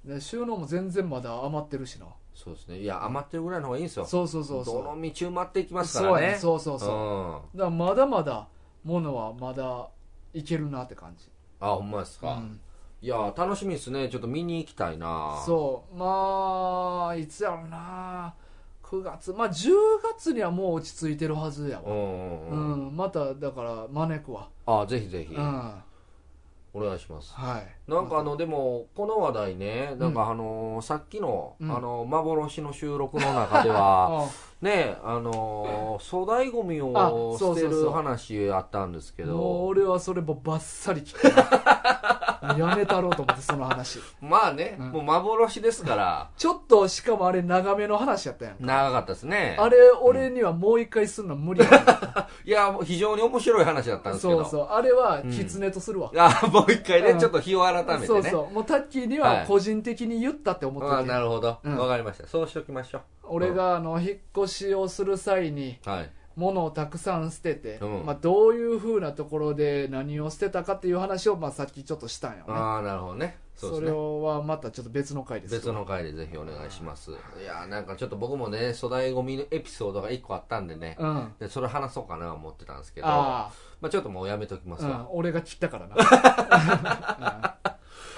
で収納も全然まだ余ってるしな
そうですねいや余ってるぐらいの方がいいんですよ
そうそうそうそう
どの道埋まっていきますか
そう
ら
や
ね
ねそうそうそうだからまだまだ物はまだいけるなって感じ、
あほんまですか、
うん
いやー楽しみですねちょっと見に行きたいな
そうまあいつやろうな9月まあ10月にはもう落ち着いてるはずや
う
わ
んう
うん
うん、
ん、まただから招くわ
あぜひぜ
う
ひ、
んは
お願いします
い
なんかあのでもこの話題ねなんかあのーさっきのあ
うん
のー幻の収録の中で は
あ
ねあのー粗大ゴミ
あ
を
そ
捨
うそう
て
そう
る話あったんですけ
もう
ど
俺はそれもうバッサリ切 ったなやめたろうと思ってその話
まあね
うん
もう幻ですから
ちょっとしかもあれ長めの話やったやん
長かったですね
あれ俺にはもう一回すんの無理やか
いや非常に面白い話だったん
ら
ですけ
そう
ど
そうあれは
うん
狐とするわ、
あもう一回
う
ね
ん
ちょっと日を改め
そ
て
う
ね
そうもうタッキーに
は
はい個人的に言ったって思って
あ
て、
なるほど
うん
わかりましたそうしておきましょ
俺があの引っ越しをする際に
うはい
物をたくさん捨てて、
うん
まあ、どういうふうなところで何を捨てたかっていう話を、まあ、さっきちょっとしたんよね
ああなるほどね
そ
そ
う
ですね
れはまたちょっと別の回ですけど
別の回でぜひお願いしますいやーなんかちょっと僕もね粗大ゴミのエピソードが1個あったんでね、
うんあ
でそれ話そうかな思ってたんですけど
あ
まあ、ちょっともうやめときます
うん
わ、
俺が切ったからな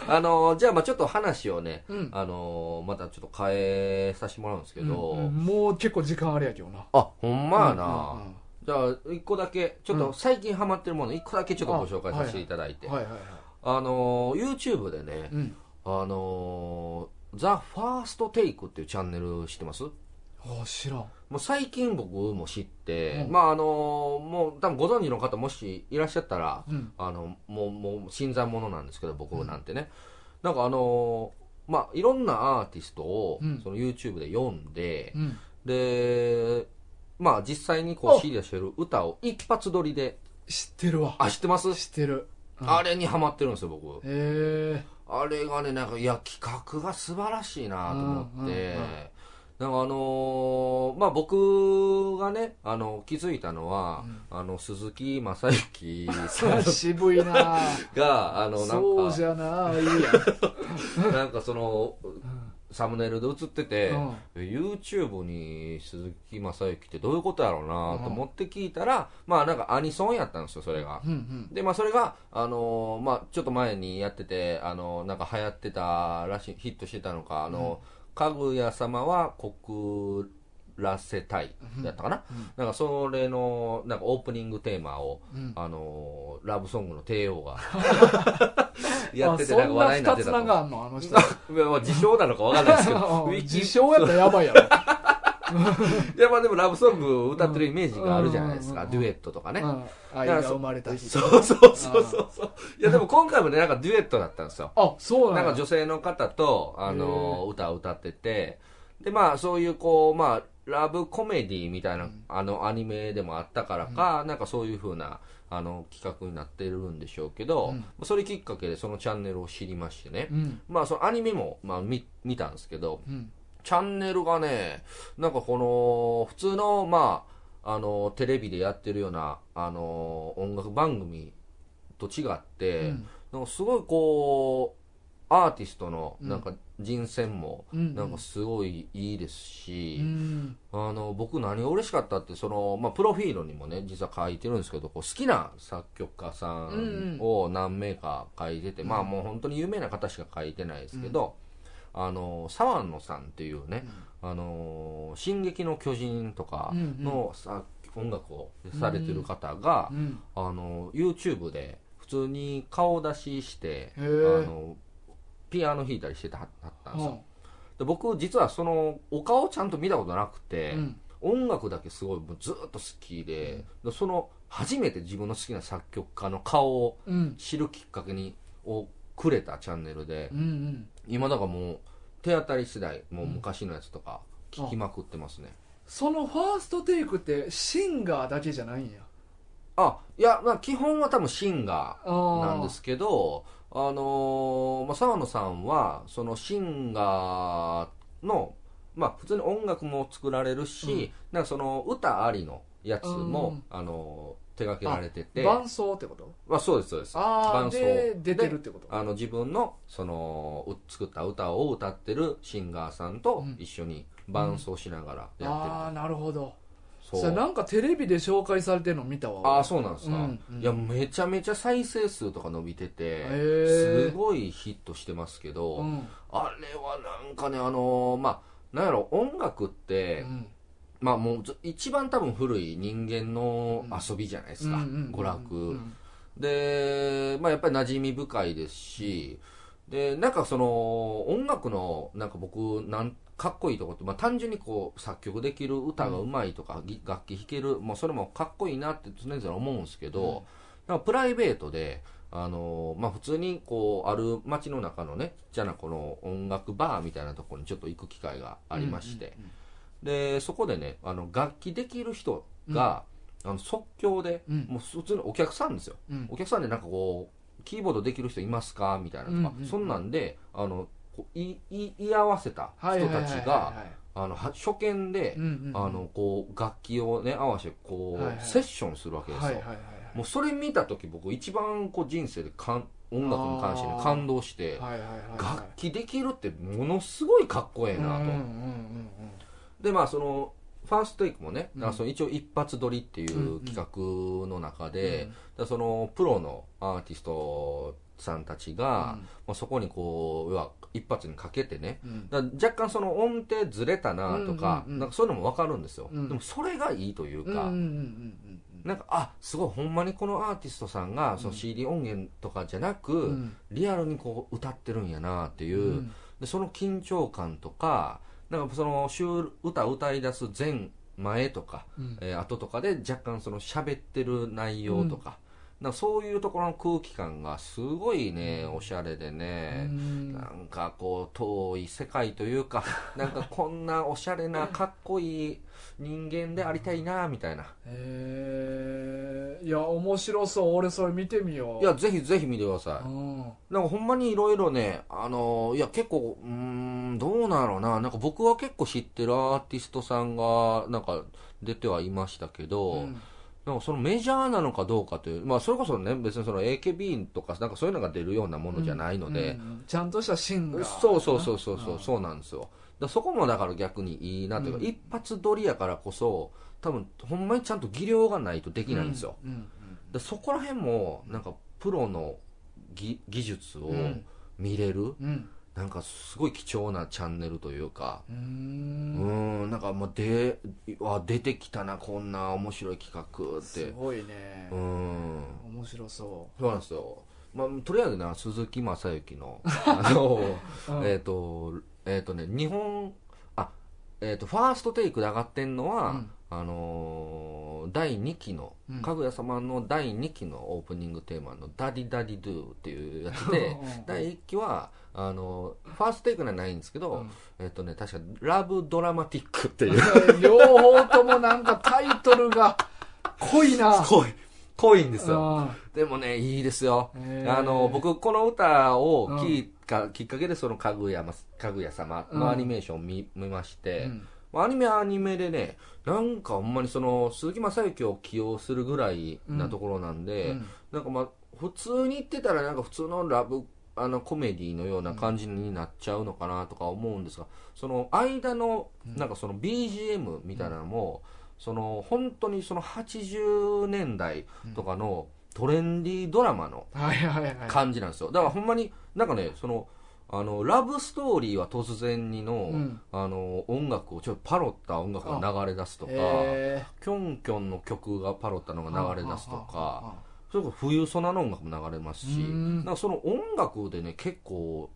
あのーじゃあまあちょっと話をね、
うん
あのーまたちょっと変えさせてもらうん ですけ
うん
ど、
うんもう結構時間あれやけどな
あほんまやな、
うんうんうん
じゃあ1個だけちょっと最近ハマってるもの1個だけちょっとご紹介させていただいてあ,、
はいはいはい、
のー YouTube でね、
うん、
あのー、ザ・ファーストテイクっていうチャンネル知ってます
ああ知らん
もう最近僕も知って、
うん
まああのもう多分ご存知の方もしいらっしゃったら、
うん
あのもうもう新参者なんですけど僕なんてね、なんかあのまあいろんなアーティストを、
うん
その YouTube で読んで
う、ん
でまあ実際にこ
お
うシリアしてる歌を一発撮りで
知ってるわ
あ知ってます、
知ってる、うん
あれにハマってるんですよ僕
へえ
あれがねなんかいや企画が素晴らしいなと思って、
うんうんうん
なんかあのーまあ僕がねあの気づいたのは、あの鈴木雅之さん
渋いな
があのなんか
そうじゃ ないいやん、
なんかそのサムネイルで映ってて、
うん
え YouTube に鈴木雅之ってどういうことやろうなと思って聞いたら、まあなんかアニソンやったんですよそれが
うん、うん
でまあそれがあのーまあちょっと前にやっててあのーなんか流行ってたらしいヒットしてたのかあのーかぐや様は告らせたいやったかな、
うん
なんかそれのなんかオープニングテーマを、
うん
あのーラブソングの帝 王がやってて
あ
なんか話題になって
そ
た
んな二つな
と
んかあんのあの人
いやまあ自称なのかわかんないですけ ど、
うん
ウィキ
自称やったらやばいやろ
いやまあでもラブソング歌ってるイメージがあるじゃないですか、
うん
デュエットとかね。
うん、愛
だ
が
からそ
生まれた日
そうそうそうそうそう。いやでも今回もね、なんかデュエットだったんですよ。
あそうな
なん
ん
か
だ
女性の方と、あの、歌を歌ってて、でまあそういうこう、まあ、ラブコメディみたいな、あのアニメでもあったからか、なんかそういう風な、あの企画になってるんでしょうけど、
うん
それきっかけでそのチャンネルを知りましてね、
うん
まあそのアニメも、まあ見、見たんですけど、
うん
チャンネルがね、なんかこの、普通の、まあ、あの、テレビでやってるような、あの、音楽番組と違って、
うん
なんかすごいこう、アーティストの、なんか人選も、
うん
なんかすごいいいですし、
うん
あの、僕何が嬉しかったって、その、まあ、プロフィールにもね、実は書いてるんですけど、こう好きな作曲家さんを何名か書いてて、まあもう本当に有名な方しか書いてないですけど、あの、沢野さんっていうね、あの、進撃の巨人とかのさ、音楽をされてる方が
う、ん
あの、YouTube で普通に顔出しして、
へ
あ
ー
の、ピアノ弾いたりしてたはったんですよ。
う
で僕実はそのお顔ちゃんと見たことなくて、
うん
音楽だけすごいもうずっと好きで、でその初めて自分の好きな作曲家の顔を
ん
知るきっかけにをくれたチャンネルで、
うんうん
今だからもう手当たり次第もう昔のやつとか聞きまくってますね、
そのファーストテイクってシンガーだけじゃないんや
あいや、まあ、基本は多分シンガ
あ
ー
ー
なんですけどあのーまあ、沢野さんはそのシンガーの、まあ、普通に音楽も作られるし、
うん
なんかその歌ありのやつ
う
も
ん、
あのー手掛けられてて
伴奏ってこと
まあ、そうですそうです
ああ
伴奏
で出てるってこと
あの自分のそのう作った歌を歌ってるシンガーさんと一緒に伴奏しながらやってる、
ああなるほど
そう
それなんかテレビで紹介されてるの見たわ
ああそうなんですか、
うんうん
いやめちゃめちゃ再生数とか伸びてて
ー
すごいヒットしてますけど、
うん
あれはなんかねあのーまあなんやろ音楽って、
うん
まあもうず一番多分古い人間の遊びじゃないですか、
うんうんうん
娯楽、
うん
で、まあ、やっぱり馴染み深いですし、で、なんかその、音楽の、なんか僕、なんかっこいいところって、まあ、単純にこう、作曲できる、歌がうまいとか、ぎ楽器弾ける、もうそれもかっこいいなって常々思うんですけ
うん
ど、なんかプライベートで、あのまあ、普通にこうある街の中のねちっちゃなこの音楽バーみたいなところにちょっと行く機会がありまして、でそこでねあの楽器できる人が、あの即興で、
うん
もう普通のお客さんですよ
うん
お客さんでなんかこうキーボードできる人いますかみたいなとか、
うんうんうん
そんなんであのこういい居合わせた
はい
人
はいはい
たち
はい
が
はい
あのは初見で、
うんうんうん
あのこう楽器をね合わせてこう、
はいはい
セッションするわけですよ、
はいはいはい
もうそれ見た時僕一番こう人生でかん音楽に関してね
あー
感動して、
はいはいはいはい
楽器できるってものすごいかっこええ
う
なと、
んうんうん
でまあそのファーストテイクもね、
うん
あその一応一発撮りってい
んう
うん企画の中
うん
で、だからそのプロのアーティストさんたちが、
うん
まあ、そこにこう要は一発にかけてね
うん
だから若干その音程ずれたなとか,、
うんうんうん
なんかそういうのも分かるんですよ、
うん
でもそれがいいという
うんうんうん
か、
うん
なんかあすごいほんまにこのアーティストさんがその CD 音源とかじゃなく、
うん
リアルにこう歌ってるんやなっていう、
うん
でその緊張感とかなんかその週歌歌い出す前前とか、
うん
えー後とかで若干その喋ってる内容とか,、なんかそういうところの空気感がすごいねおしゃれでね、
うん
なんかこう遠い世界という かなんかこんなおしゃれなかっこいい人間でありたいなみたいな
へえいや面白そう俺それ見てみよう
いやぜひぜひ見てくださ
う
い、
ん
なんかほんまにいろいろね、あのーいや結構、うーん、どうなんやろうな、なんか僕は結構知ってるアーティストさんが、なんか出てはいましたけど、
うん
なんかそのメジャーなのかどうかという、まあそれこそね、別にその AKB とか、なんかそういうのが出るようなものじゃないので、
うんうんちゃんとした芯が
そうそうそうそうそう、
うん
そうなんですよ。だからそこもだから逆にいいなというか、
うん
一発撮りやからこそ、多分ほんまにちゃんと技量がないとできないんですよ。
うんうん
でそこら辺もなんかプロの技技術を
うん
見れる、
うん
なんかすごい貴重なチャンネルというか
う
うんーんなんかもうであ出てきたなこんな面白い企画っ
す
て
ごいね
うーん
面白そ
そうなんですよ、まあ、とりあえずな鈴木雅 之のあの
ううん
えっとえっ、とね日本あえっ、とファーストテイクで上がってんのは、
うん
あのー第2期の、
うん
かぐや様の第2期のオープニングテーマの「ダディダディドゥ」っていうやつ で
うん
第1期はあのーファーストテイクにはないんですけど、
うん
えっとね確か「ラブドラマティック」っ ていう
両方ともなんかタイトルが濃いな
濃い濃いんですよ
あ
でもねいいですよ
へー
あの僕この歌を聞いたきっかけでそのかぐやまかぐや様のアニメーションを見,、見まして、まあアニメはアニメでね、なんかほんまにその、鈴木雅之を起用するぐらいなところなんで、
うん
なんかまあ、普通に言ってたらなんか普通のラブ、あの、コメディのような感じになっちゃうのかなとか思うんですが、その間の、なんかその BGM みたいなのも、その、本当にその80年代とかのトレンディードラマの
はいはいはい
感じなんですよ。だからほんまに、なんかね、その、あの、ラブストーリーは突然にの、
うん
あの、音楽をちょっとパロった音楽が流れ出すとか、
へ
キョンキョンの曲がパロったの
ー
が流れ出すとか、
あ
それこそ冬ソナの音楽も流れますし、
うん
なんかその音楽でね、結構、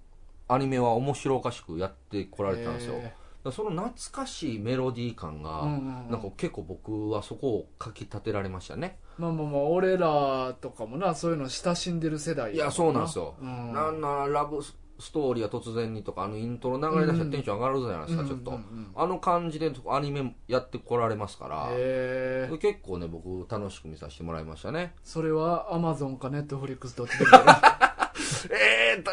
アニメは面白おかしくやってこられてたんですよ。
へー
だからその懐かしいメロディー感が、
うんうんうん
なんか結構僕はそこをかき立てられましたね。
まあまあまあ俺らとかもなそういうの親しんでる世代
いやそうなんですよ、
うん
なんならラブストーリーは突然にとかあのイントロ流れ出したらテンション上がるじゃないですか、
うん
ちょっと、
うんうん
あの感じでアニメやってこられますから、
へー
結構ね僕楽しく見させてもらいましたね
それはアマゾンかネットフリックスどっちでもいいな
えーっと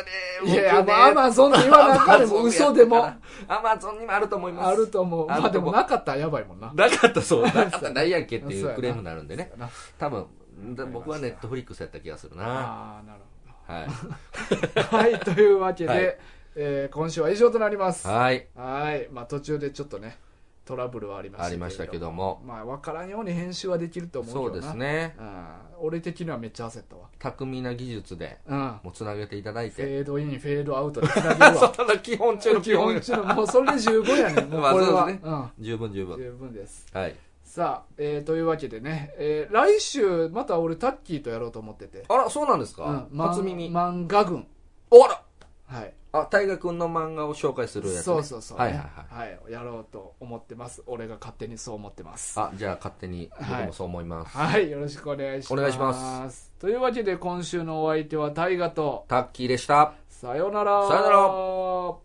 ね
いやまあアマゾンって言わなくても嘘でも
アマゾンにもあると思います
あると思う
あ
まあ
ると思う
でもなかったらやばいもんな
なかったそうなかったないやんけってい
そうや
う
な
クレームになるんでね
そうやな
多分だ僕はネットフリックスやった気がするな
ああなる
はい
ほどはいというわけで、
はい
えー今週は以上となります
はい
はいまあ途中でちょっとねトラブルはありました
ありましたけども
まあ分からんように編集はできると思うけ
そ
ど
う
な
ですね
うん、俺的にはめっちゃ焦ったわ
巧みな技術で
うん
もうつなげていただい
フ
て
ェードインフェードアウトでつなげるわ
ただ基本中の基
基
本
本中のもうそれで十分やねんもう
まあ
これは、
そうです十分十
うん、
分
十分です
はい
さあ、えーというわけでね、えー来週また俺タッキーとやろうと思ってて、
あらそうなんです
う
か
ん、
初耳
まん漫画群
あら
はい
あ大河君の漫画を紹介するやつね
そうそうそう、
はいはい
はい、はい、やろうと思ってます俺が勝手にそう思ってます
あじゃあ勝手に僕もそう思います
はいよろしくお願いします
お願いしま
というわけで今週のお相手は大ガと
タッキーでした
さよなら
さよ
なら